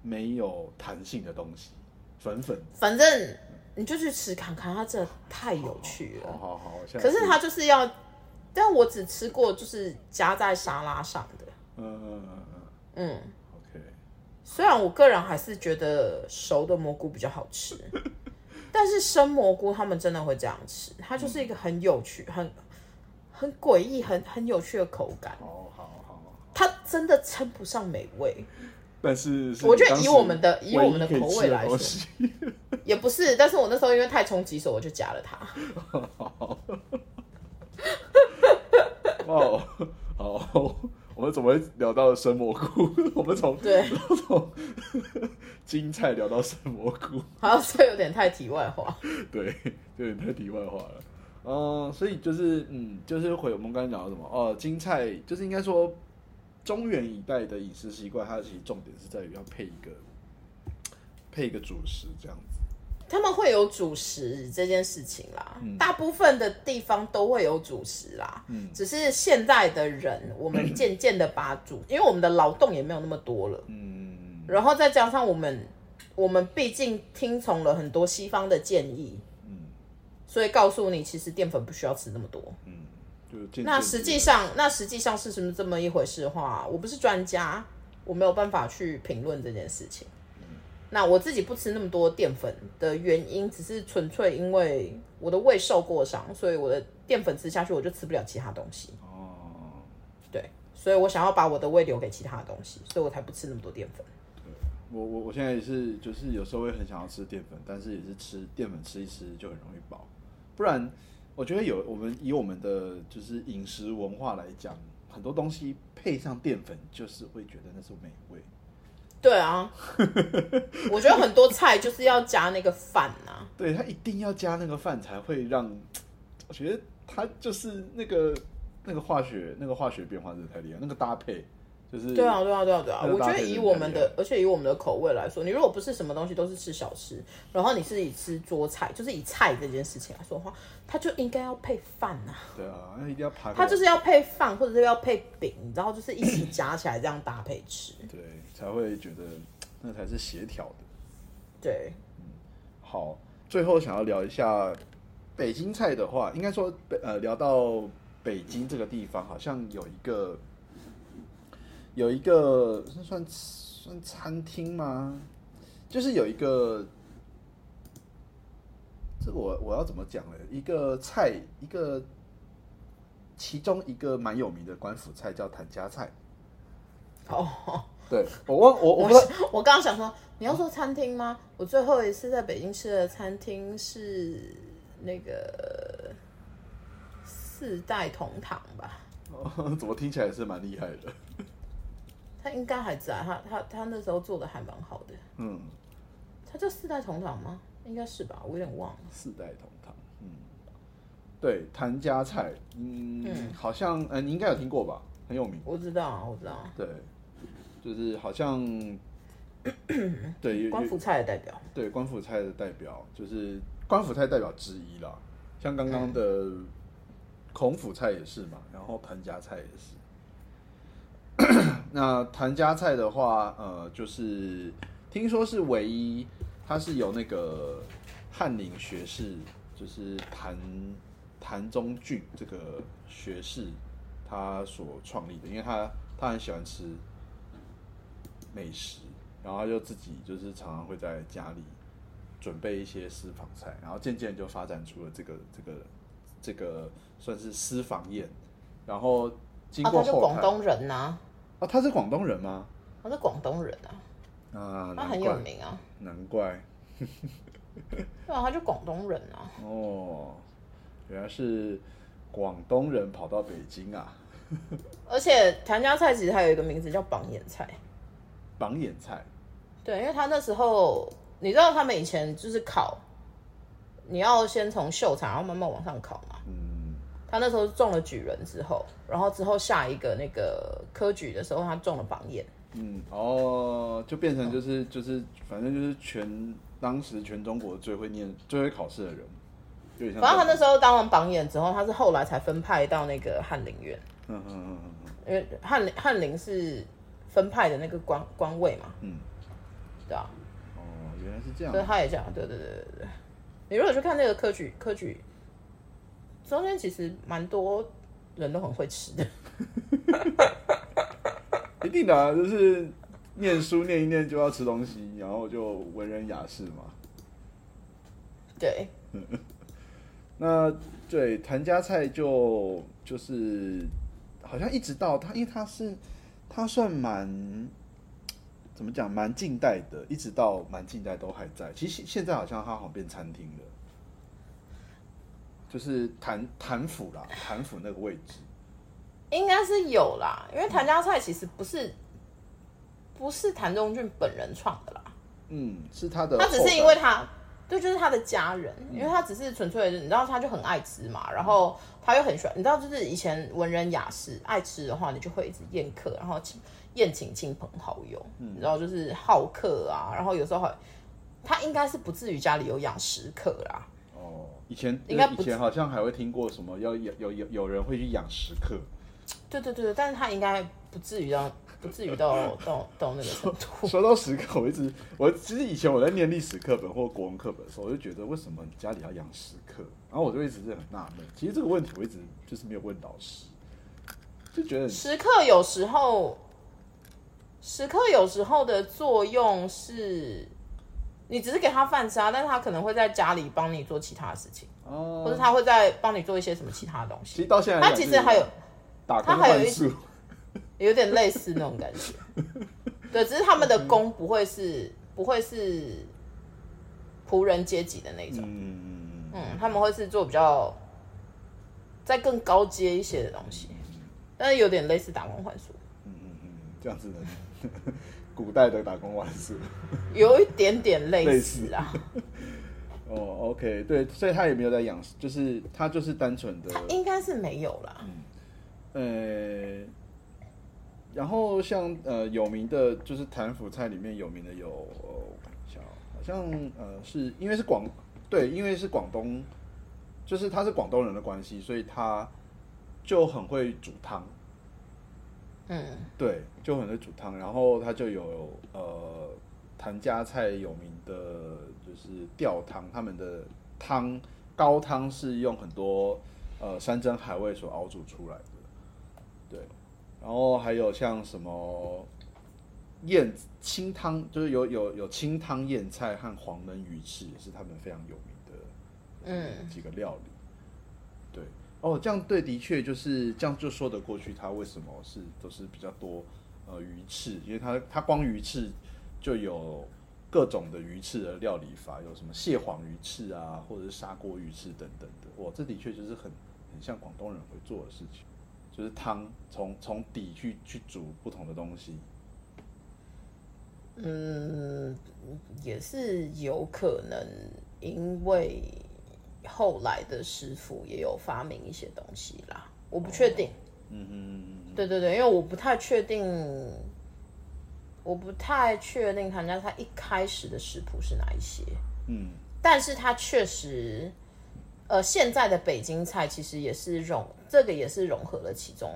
没有弹性的东西，粉粉。反正你就去吃看看，它真的太有趣好了。好好，哦我下次可是它就是要，但我只吃过就是加在沙拉上的，嗯嗯嗯嗯嗯。 ，OK，虽然我个人还是觉得熟的蘑菇比较好吃，但是生蘑菇他们真的会这样吃，它就是一个很有趣、很很诡异、很很有趣的口感，好好好。它真的称不上美味，但是是我觉得你当时以我们的以唯一我们的可以口吃味的来东说西也不是。但是我那时候因为太冲击，所以我就加了它。哇哦，好，我们怎么会聊到生蘑菇？我们从对，从金菜聊到生蘑菇，好 像这有点太题外话。对，这有点太题外话了。嗯，所以就是嗯，就是回我们刚才讲到什么哦，金菜就是应该说中原一带的饮食习惯，它其实重点是在于要配一个配一个主食这样子。他们会有主食这件事情啦，嗯大部分的地方都会有主食啦。嗯只是现在的人，我们渐渐的把 主，因为我们的劳动也没有那么多了，嗯然后再加上我们，我们毕竟听从了很多西方的建议，嗯所以告诉你，其实淀粉不需要吃那么多。嗯，就是渐那渐实地际上，那实际上是什么这么一回事的话，我不是专家，我没有办法去评论这件事情。那我自己不吃那么多淀粉的原因，只是纯粹因为我的胃受过伤，所以我的淀粉吃下去，我就吃不了其他东西。哦。对，所以我想要把我的胃留给其他的东西，所以我才不吃那么多淀粉。我我我现在也是，就是有时候会很想要吃淀粉，但是也是吃淀粉吃一吃就很容易饱。不然，我觉得有我们以我们的就是饮食文化来讲，很多东西配上淀粉，就是会觉得那是美味。对啊，我觉得很多菜就是要加那个饭啊，对，它一定要加那个饭才会让，我觉得它就是那个那个化学那个化学变化真的太厉害，那个搭配就是对啊，对啊，对啊，对啊！那个我觉搭得配以真我的们太的，而且以我们的口味来说，你如果不是什么东西都是吃小吃，然后你是以吃桌菜，就是以菜这件事情来说的话，它就应该要配饭呐、啊，对啊，那一定要排。它就是要配饭，或者是要配饼，然后就是一起夹起来这样搭配吃。对才会觉得那才是协调的。对，好，最后想要聊一下北京菜的话，应该说北呃聊到北京这个地方，好像有一个有一个是算算餐厅吗？就是有一个这个我我要怎么讲呢？一个菜一个。其中一个蛮有名的官府菜叫谭家菜，哦，对我忘我我我不知道我刚刚想说，你要说餐厅吗？我最后一次在北京吃的餐厅是那个四代同堂吧？哦 怎么听起来是蛮厉害的。他应该还在，他他他那时候做的还蛮好的。嗯，他叫四代同堂吗？应该是吧，我有点忘了。四代同堂。嗯，对，谭家菜，嗯，好像呃，你应该有听过吧？很有名。我知道啊，我知道啊，对，就是好像，对，有官府菜的代表。对官府菜的代表，就是官府菜代表之一啦。像刚刚的孔府菜也是嘛，然后谭家菜也是。那谭家菜的话，呃，就是听说是唯一，它是由那个翰林学士，就是谭谭中俊这个学士他所创立的，因为他他很喜欢吃美食，然后他就自己就是常常会在家里准备一些私房菜，然后渐渐就发展出了这个这个这个算是私房宴，然后经啊，过他是后广台东人呐、啊，他是广东人吗？他是广东人啊，啊，他难很有怪，名啊。难怪对啊，他就广东人啊。哦，原来是广东人跑到北京啊，而且谭家菜其实还有一个名字叫榜眼菜，榜眼菜，对，因为他那时候你知道他们以前就是烤，你要先从秀场，然后慢慢往上烤嘛。嗯，他那时候中了举人之后，然后之后下一个那个科举的时候，他中了榜眼。嗯，哦，就变成就是就是，反正就是全当时全中国最会念、最会考试的人，有点像这样。反正他那时候当完榜眼之后，他是后来才分派到那个翰林院，嗯嗯嗯嗯嗯，因为翰林翰林是分派的那个官官位嘛，嗯，对啊，哦，原来是这样所。以他也这样，对对对对对。你如果去看那个科举科举，中间其实蛮多人都很会吃的， 一定的、啊，就是念书念一念就要吃东西，然后就文人雅士嘛。对，那对谭家菜就就是好像一直到他，因为他是他算蛮怎么讲蛮近代的，一直到蛮近代都还在。其实现现在好像他好像变餐厅了，就是谭谭府啦，谭府那个位置。应该是有啦，因为谭家菜其实不是不是谭中俊本人创的啦，嗯，是他的后他代。只是因为他，对，就是他的家人，因为他只是纯粹，你知道，他就很爱吃嘛，然后他又很喜欢，你知道，就是以前文人雅士爱吃的话，你就会一直宴客，然后请宴请亲朋好友，嗯你知道，就是好客啊，然后有时候还他应该是不至于家里有养食客啦，哦，以前应该不以前好像还会听过什么要有有有有人会去养食客，对对对，对但是他应该不至于到不至于到到到那个程度。说到食客，我一直我其实以前我在念历史课本或国文课本的时候，我就觉得为什么你家里要养食客，然后我就一直是很纳闷。其实这个问题我一直就是没有问老师，就觉得很时刻有时候，时刻有时候的作用是，你只是给他饭吃啊，但是他可能会在家里帮你做其他事情，或哦，者他会在帮你做一些什么其他的东其西。实到现在来他讲其就实是还有打工他还有换一宿，有点类似那种感觉，对，只是他们的工不会是不会是仆人阶级的那种，嗯，嗯，他们会是做比较在更高阶一些的东西，但是有点类似打工换宿，嗯这样子的， 古代的打工换宿。有一点点类类似啊。哦，OK，对，所以他也没有在养，就是他就是单纯的他应该是没有啦。呃，然后像呃有名的，就是谭府菜里面有名的有，呃我看一下哦，好像呃是因为是广对，因为是广东，就是他是广东人的关系，所以他就很会煮汤，嗯，对，就很会煮汤。然后他就有呃谭家菜有名的就是吊汤，他们的汤高汤是用很多呃山珍海味所熬煮出来的，对。然后还有像什么燕子清汤，就是有有有清汤燕菜和黄焖鱼翅，也是他们非常有名的呃嗯几个料理。对，哦，这样对，的确就是这样就说得过去。他为什么是都是比较多呃呃鱼翅，因为它它光鱼翅就有各种的鱼翅的料理法，有什么蟹黄鱼翅啊，或者是砂锅鱼翅等等的。哇，这的确就是很很像广东人会做的事情，就是汤从从底去去煮不同的东西。嗯，也是有可能，因为后来的师傅也有发明一些东西啦，我不确定。嗯哼，对对对，因为我不太确定，我不太确定唐家他一开始的食谱是哪一些，嗯，但是他确实，呃，现在的北京菜其实也是融，这个也是融合了其中，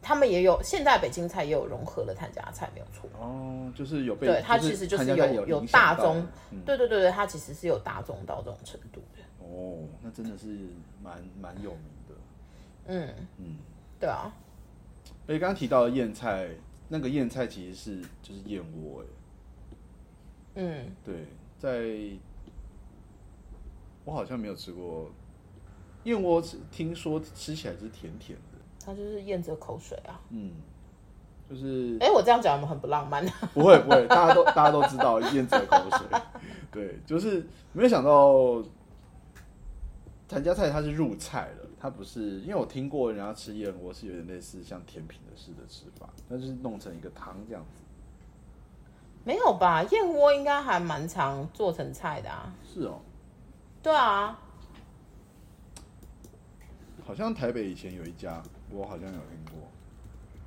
他们也有现在北京菜也有融合了谭家菜，没有错。哦，就是有被，对，它其实就就是是有有大宗宗，，对对对对，它其实是有大宗到这种程度的，哦，那真的是蛮蛮有名的。嗯嗯，对啊，而且刚刚提到的燕菜，那个燕菜其实是就是燕窝，哎，嗯，对，在我好像没有吃过燕窝吃，听说吃起来是甜甜的，它就是咽着口水啊。嗯，就是 哎，我这样讲我们很不浪漫， 不会不会，大家都大家都知道燕子的口水，对，就是没有想到谭家菜它是入菜了，它不是因为我听过人家吃燕窝是有点类似像甜品的似的吃法，那就是弄成一个汤这样子。没有吧？燕窝应该还蛮常做成菜的啊。是哦，对啊，好像台北以前有一家，我好像有听过，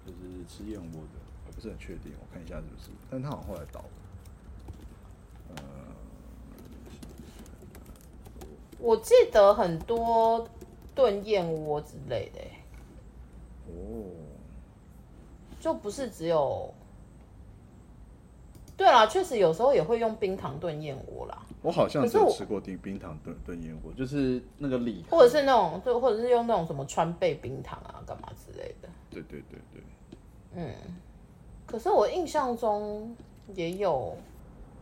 就是吃燕窝的，我不是很确定，我看一下是不是，但他好像后来倒了。我记得很多炖燕窝之类的欸，哦，就不是只有。对啦，确实有时候也会用冰糖炖燕窝啦，我好像可是只有我吃过冰冰糖炖炖燕窝，就是那个礼盒，或者是那种，就或者是用那种什么川贝冰糖啊，干嘛之类的。对对对对。可是我印象中也有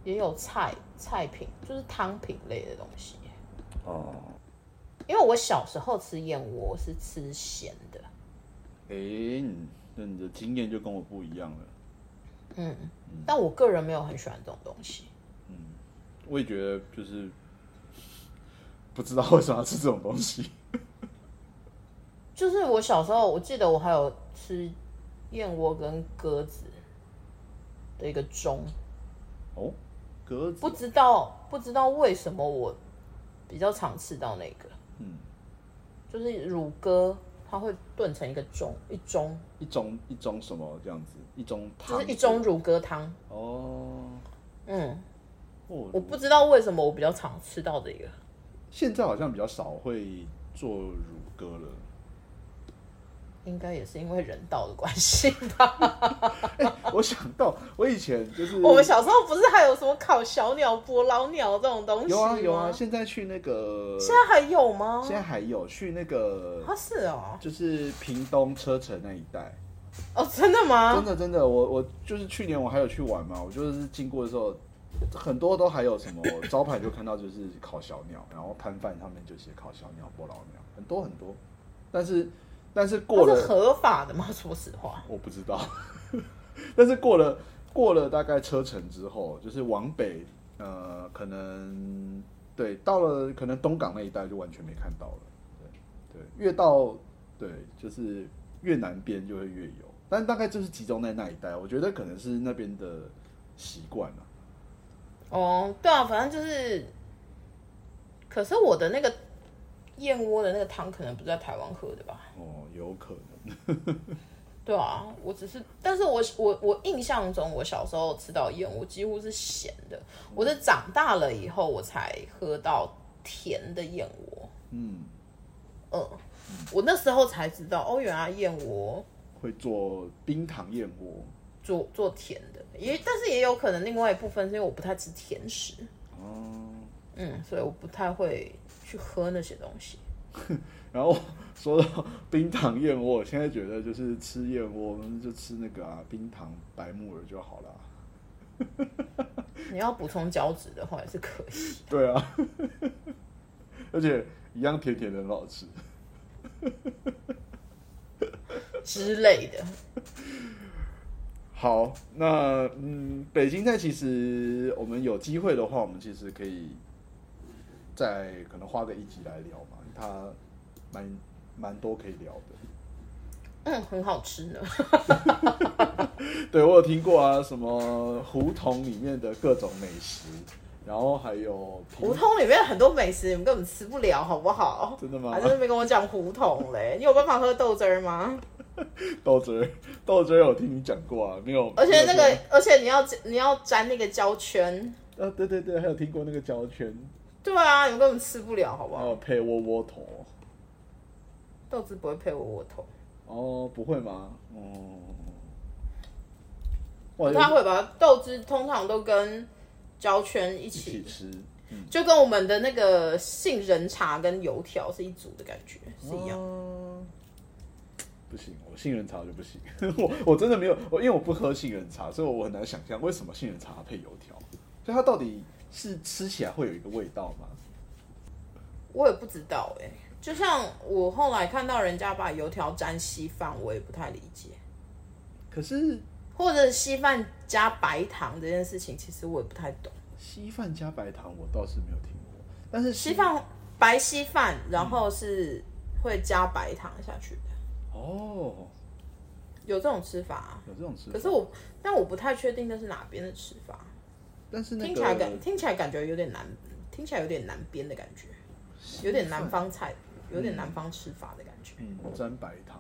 也有菜菜品，就是汤品类的东西。哦，因为我小时候吃燕窝是吃咸的，诶，你哎那你的经验就跟我不一样了。嗯，但我个人没有很喜欢这种东西。我也觉得就是不知道为什么要吃这种东西。 就是我小时候，我记得我还有吃燕窝跟鸽子的一个盅，哦，鸽子不，知道不知道为什么我比较常吃到那个，嗯，就是乳鸽，它会炖成一个盅，一盅一盅一盅什么这样子，一盅汤，就是一盅乳鸽汤，哦。嗯。哦，我不知道为什么我比较常吃到这个，现在好像比较少会做乳鸽了。 应该也是因为人道的关系吧。我想到我以前就是我们小时候不是还有什么烤小鸟、捕老鸟这种东西有啊吗啊有啊，现在去那个现在还有吗？现在还有去那个啊是哦，就是屏东车城那一带。哦真的真吗？的真的，我我就是去年我还有去玩嘛，我就是经过的时候，很多都还有什 么招牌就看到就是烤小鸟，然后摊贩上面就写烤小鸟、波老鸟，很多很多。但是但是过它是了合法的吗？说实话，我不知道， 但是过了过了大概车程之后，就是往北，呃，可能对到了可能东港那一带就完全没看到了，对对，越到对就是越南边就会越有，但大概就是集中在那一带，我觉得可能是那边的习惯啊了。哦对啊，反正就是，可是我的那个燕窝的那个汤可能不是在台湾喝的吧？哦，有可能，对啊，我只是，但是我我我印象中，我小时候吃到燕窝几乎是咸的，我是长大了以后我才喝到甜的燕窝。嗯，嗯，我那时候才知道，哦，原来燕窝会做冰糖燕窝。做做甜的，也但是也有可能另外一部分是因为我不太吃甜食，哦，嗯，所以我不太会去喝那些东西。然后说到 冰糖燕窝，我现在觉得就是吃燕窝就吃那个啊冰糖白木耳就好了。啊你要补充胶质的话也是可以， 对啊， 而且一样甜甜的很好吃。之类的。好，那嗯，北京菜其实我们有机会的话，我们其实可以再可能花个一集来聊嘛，它蛮蛮多可以聊的。嗯，很好吃呢。对我有听过啊，什么胡同里面的各种美食，然后还有平胡同里面很多美食，你们根本吃不了，好不好？真的吗还在那边跟我讲胡同嘞？ 你有办法喝豆汁儿吗？豆汁儿， 豆汁儿有听你讲过啊，没有？而且那没有个，而且你要你要粘那个胶圈，听啊，对对对，还有听过那个胶圈，对啊，你们根本吃不了，好不还好？有配窝窝头。豆汁不会配我窝头，哦，不会吗？哦，哇哦不太会吧？豆汁通常都跟胶圈一一起起，吃，嗯就跟我们的那个杏仁茶跟油条是一组的感觉，是一样。哦不行，我杏仁茶就不行， 我我真的没有，我因为我不喝杏仁茶，所以我很难想象为什么杏仁茶配油条，就它到底是吃起来会有一个味道吗？我也不知道哎、就像我后来看到人家把油条沾稀饭，我也不太理解。可是或者稀饭加白糖这件事情，其实我也不太懂。稀饭加白糖我倒是没有听过，但是稀饭白稀饭，然后是会加白糖下去的，哦，有这种吃法、啊。有这种吃法，可是我，但我不太确定那是哪边的吃法，但是那个听起来感听起来感觉有点南，听起来有点南边的感觉，有点南方菜，有点南方吃法的感觉。嗯沾白糖，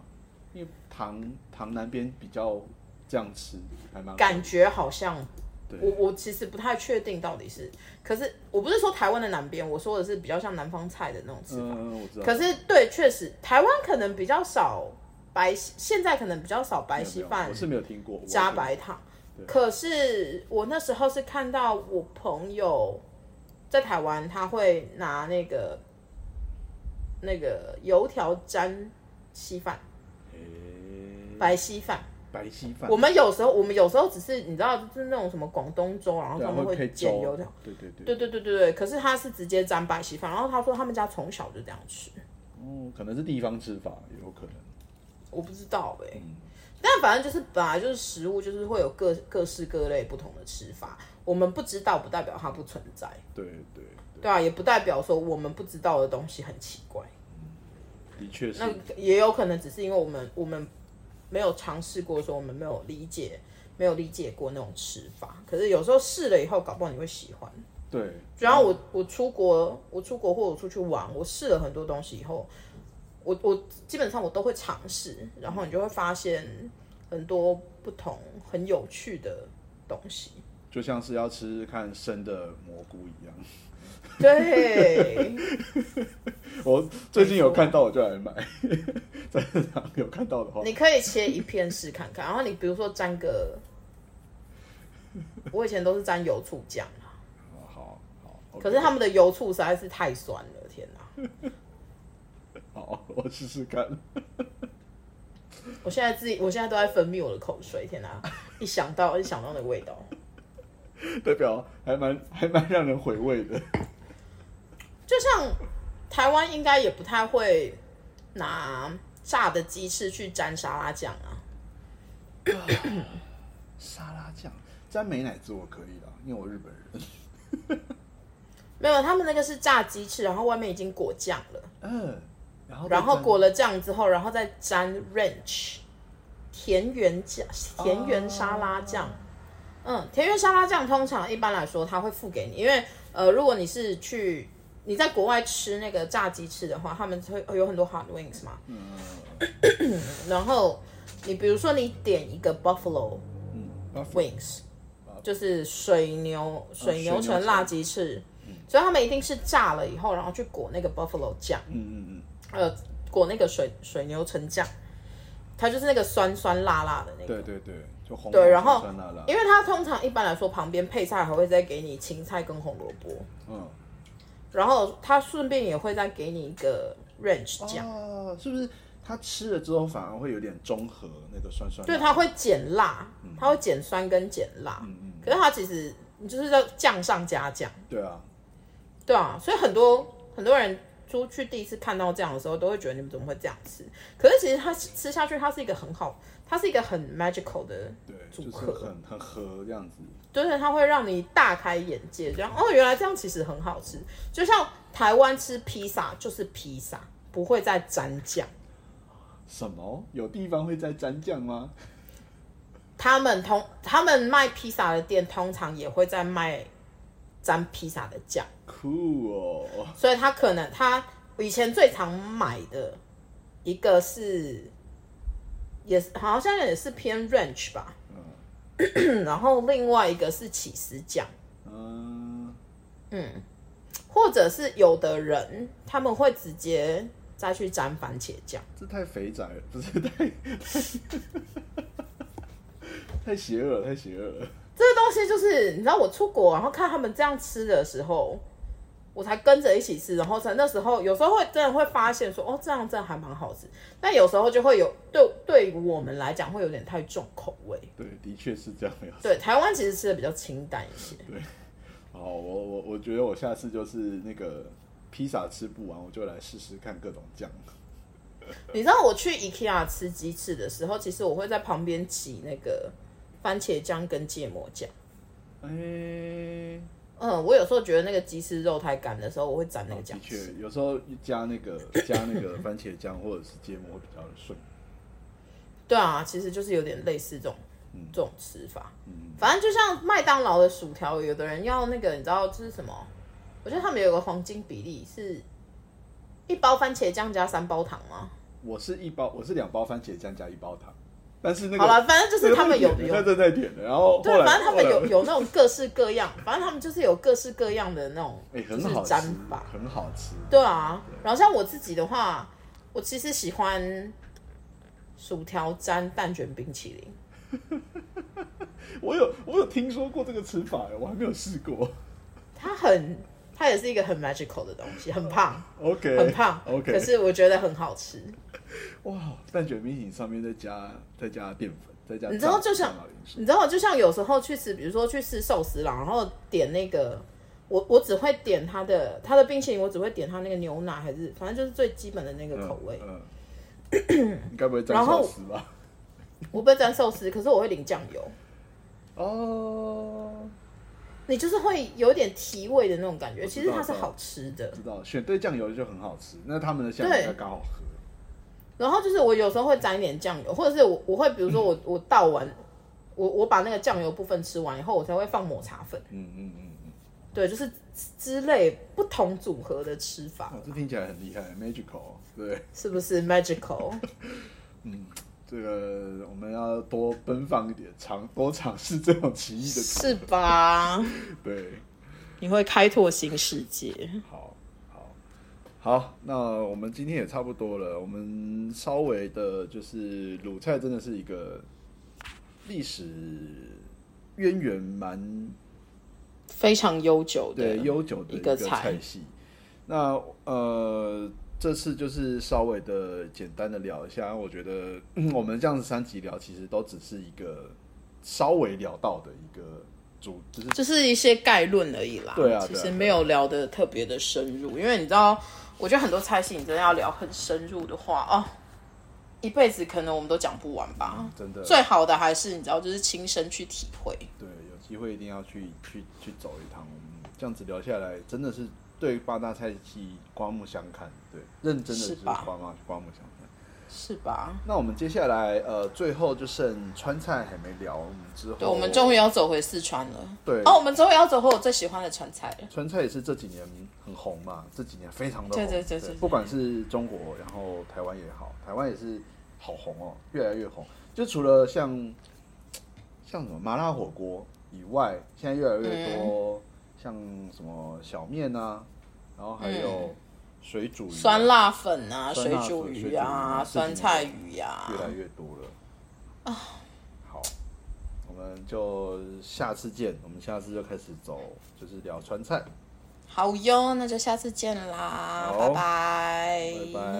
因为糖糖南边比较这样吃，还蛮感觉好像嗯对我我其实不太确定到底是，可是我不是说台湾的南边，我说的是比较像南方菜的那种吃法。嗯，我知道。可是对，确实台湾可能比较少白稀，现在可能比较少没白有没稀有饭我是没有听过我加是白糖对。可是我那时候是看到我朋友在台湾，他会拿那个那个油条沾稀饭，诶白稀饭。白稀嗯饭，我们有时候，我们有时候只是你知道，就是那种什么广东粥，然后对啊他们会配会煎粥油条。，对对对对对对对对，可是他是直接沾白稀饭，然后他说他们家从小就这样吃，哦，可能是地方吃法，有可能。我不知道哎、嗯但反正就是本来就是食物，就是会有各各式各类不同的吃法，我们不知道不代表它不存在，对对对啊，也不代表说我们不知道的东西很奇怪，对，的确是那也有可能只是因为我们我们没有尝试过，说我们没有理解，没有理解过那种吃法，可是有时候试了以后，搞不好你会喜欢。对。主要我我出国，我出国或我出去玩，我试了很多东西以后，我我基本上我都会尝试，然后你就会发现很多不同很有趣的东西。就像是要吃看生的蘑菇一样，对，我最近有看到我就来买， 在市场有看到的话，你可以切一片试看看，然后你比如说沾个，我以前都是沾油醋酱啊，哦好好。可是他们的油醋实在是太酸了，天哪！好，我试试看。 我现在自己我现在都在分泌我的口水，天哪！一想到一想到那个味道。代表还蛮还蛮让人回味的。就像台湾应该也不太会拿炸的鸡翅去沾沙拉酱啊。沙拉酱沾美乃滋我可以啦，因为我日本人。没有，他们那个是炸鸡翅，然后外面已经裹酱了，嗯，然后再然后沾裹了酱之后，然后再沾 ranch 田园酱、田园沙拉酱。嗯，田园沙拉酱通常一般来说它会付给你，因为呃，如果你是去你在国外吃那个炸鸡翅的话，他们会有很多 hot wings 嘛，嗯然后你比如说你点一个 buffalo 嗯，巴菲 wings，就是水牛水水牛牛城城辣鸡翅，所以他们一定是炸了以后，然后去裹那个 buffalo 酱，嗯嗯呃，裹那个水水牛城酱，它就是那个酸酸辣辣的嗯，那个。对啊对对，就红嗯对，红然后酸辣辣，因为它通常一般来说旁边配菜还会再给你芹菜跟红萝卜，嗯，然后它顺便也会再给你一个 ranch 酱，啊，是不是它吃了之后反而会有点中和那个酸酸？对，，它会减辣，它会减酸跟减辣，嗯嗯，可是它其实你就是在酱上加酱。对啊，对啊，所以很多很多人出去第一次看到这样的时候，都会觉得你们怎么会这样吃？可是其实它吃下去，它是一个很好，它是一个很 magical 的，对，啊组就是合很 很合这样子。就是它会让你大开眼界，这样哦，原来这样其实很好吃。就像台湾吃披萨就是披萨，不会再沾酱。什么？有地方会再沾酱吗？他们通他们卖披萨的店通常也会在卖沾披萨的酱，酷哦，所以他可能他以前最常买的一个是，也是好像也是偏 ranch 吧，然后另外一个是起司酱，嗯，或者是有的人他们会直接再去沾番茄酱，这太肥宅了， 不是太太太邪恶了，太邪恶了。这个东西就是你知道我出国然后看他们这样吃的时候。我才跟着一起吃，然后才那时候有时候会真的会发现说，哦，这样真的还蛮好吃，但有时候就会有对对于我们来讲会有点太重口味。对，的确是这样。没有错对，台湾其实吃的比较清淡一些。好，我我我觉得我下次就是那个披萨吃不完，我就来试试看各种酱。你知道我去 IKEA 吃鸡翅的时候，其实我会在旁边挤那个番茄酱跟芥末酱。哎、嗯，我有时候觉得那个鸡翅肉太干的时候，我会沾那个酱哦的确吃。，有时候加那个 加那个番茄酱或者是芥末会比较顺。对啊，其实就是有点类似这种这种吃法。嗯，反正就像麦当劳的薯条，有的人要那个，你知道这是什么？我觉得他们有个黄金比例是。一包番茄酱加三包糖吗？我是一包，我是两包番茄酱加一包糖，但是那个好了，反正就是他们有有那这太甜了。然后后对，来反正他们后来有有那种各式各样，反正他们就是有各式各样的那种，哎、就很是好吃沾法，。很好吃。对啊，然后像我自己的话，我其实喜欢薯条沾蛋卷冰淇淋。我有我有听说过这个吃法，我还没有试过。它很，它也是一个很 magical 的东西，很胖， OK，很胖 OK，可是我觉得很好吃。哇，蛋卷冰淇淋上面再加再加淀粉，再加你知道酱就像酱料因素你知道，就像有时候去吃，比如说去吃寿司郎，然后点那个，我我只会点它的它的冰淇淋，我只会点它那个牛奶，还是反正就是最基本的那个口味。嗯，嗯你该不会沾然后寿司吧？我不会沾寿司，可是我会淋酱油。哦，你就是会有点提味的那种感觉，我知其道实它是好吃的。知道，选对酱油就很好吃。那他们的酱油对应该刚好喝。然后就是我有时候会沾一点酱油，或者是我我会比如说我我倒完，我我把那个酱油部分吃完以后，我才会放抹茶粉。嗯嗯嗯嗯，对，就是之类不同组合的吃法哇，，哦这听起来很厉害，magical。对，哦是不是 magical？这个我们要多奔放一点，尝多尝试这种奇异的。是吧？对，你会开拓新世界。好，好，好，那我们今天也差不多了。我们稍微的，就是鲁菜真的是一个历史渊源蛮非常悠久的，对悠久的一一个个菜菜系。那呃，这次就是稍微的简单的聊一下，我觉得、 嗯我们这样子三集聊，其实都只是一个稍微聊到的一个主，就是就是一些概论而已啦。对啊对啊其实没有聊得特别的深入，因为你知道，我觉得很多菜系你真的要聊很深入的话，哦，一辈子可能我们都讲不完吧。真的最好的还是你知道，就是亲身去体会。对，有机会一定要去去去走一趟。我们这样子聊下来，真的是对八大菜系刮目相看，对，认真的是是吧刮目刮目相看。是吧？那我们接下来呃，最后就剩川菜还没聊，我们之后对，我们终于要走回四川了。哦对哦，我们终于要走回我最喜欢的川菜了。川菜也是这几年很红嘛，这几年非常的红，对对对对对不管是中国，然后台湾也好，台湾也是好红哦，越来越红。就除了像像什么麻辣火锅以外，现在越来越多、像什么小面啊，然后还嗯有水煮鱼啊、酸辣粉啊，酸水辣粉煮水鱼煮鱼啊啊，酸菜鱼呀、越来越多了啊。好，我们就下次见，我们下次就开始走，就是聊川菜，好哟，那就下次见啦，好拜拜，拜拜。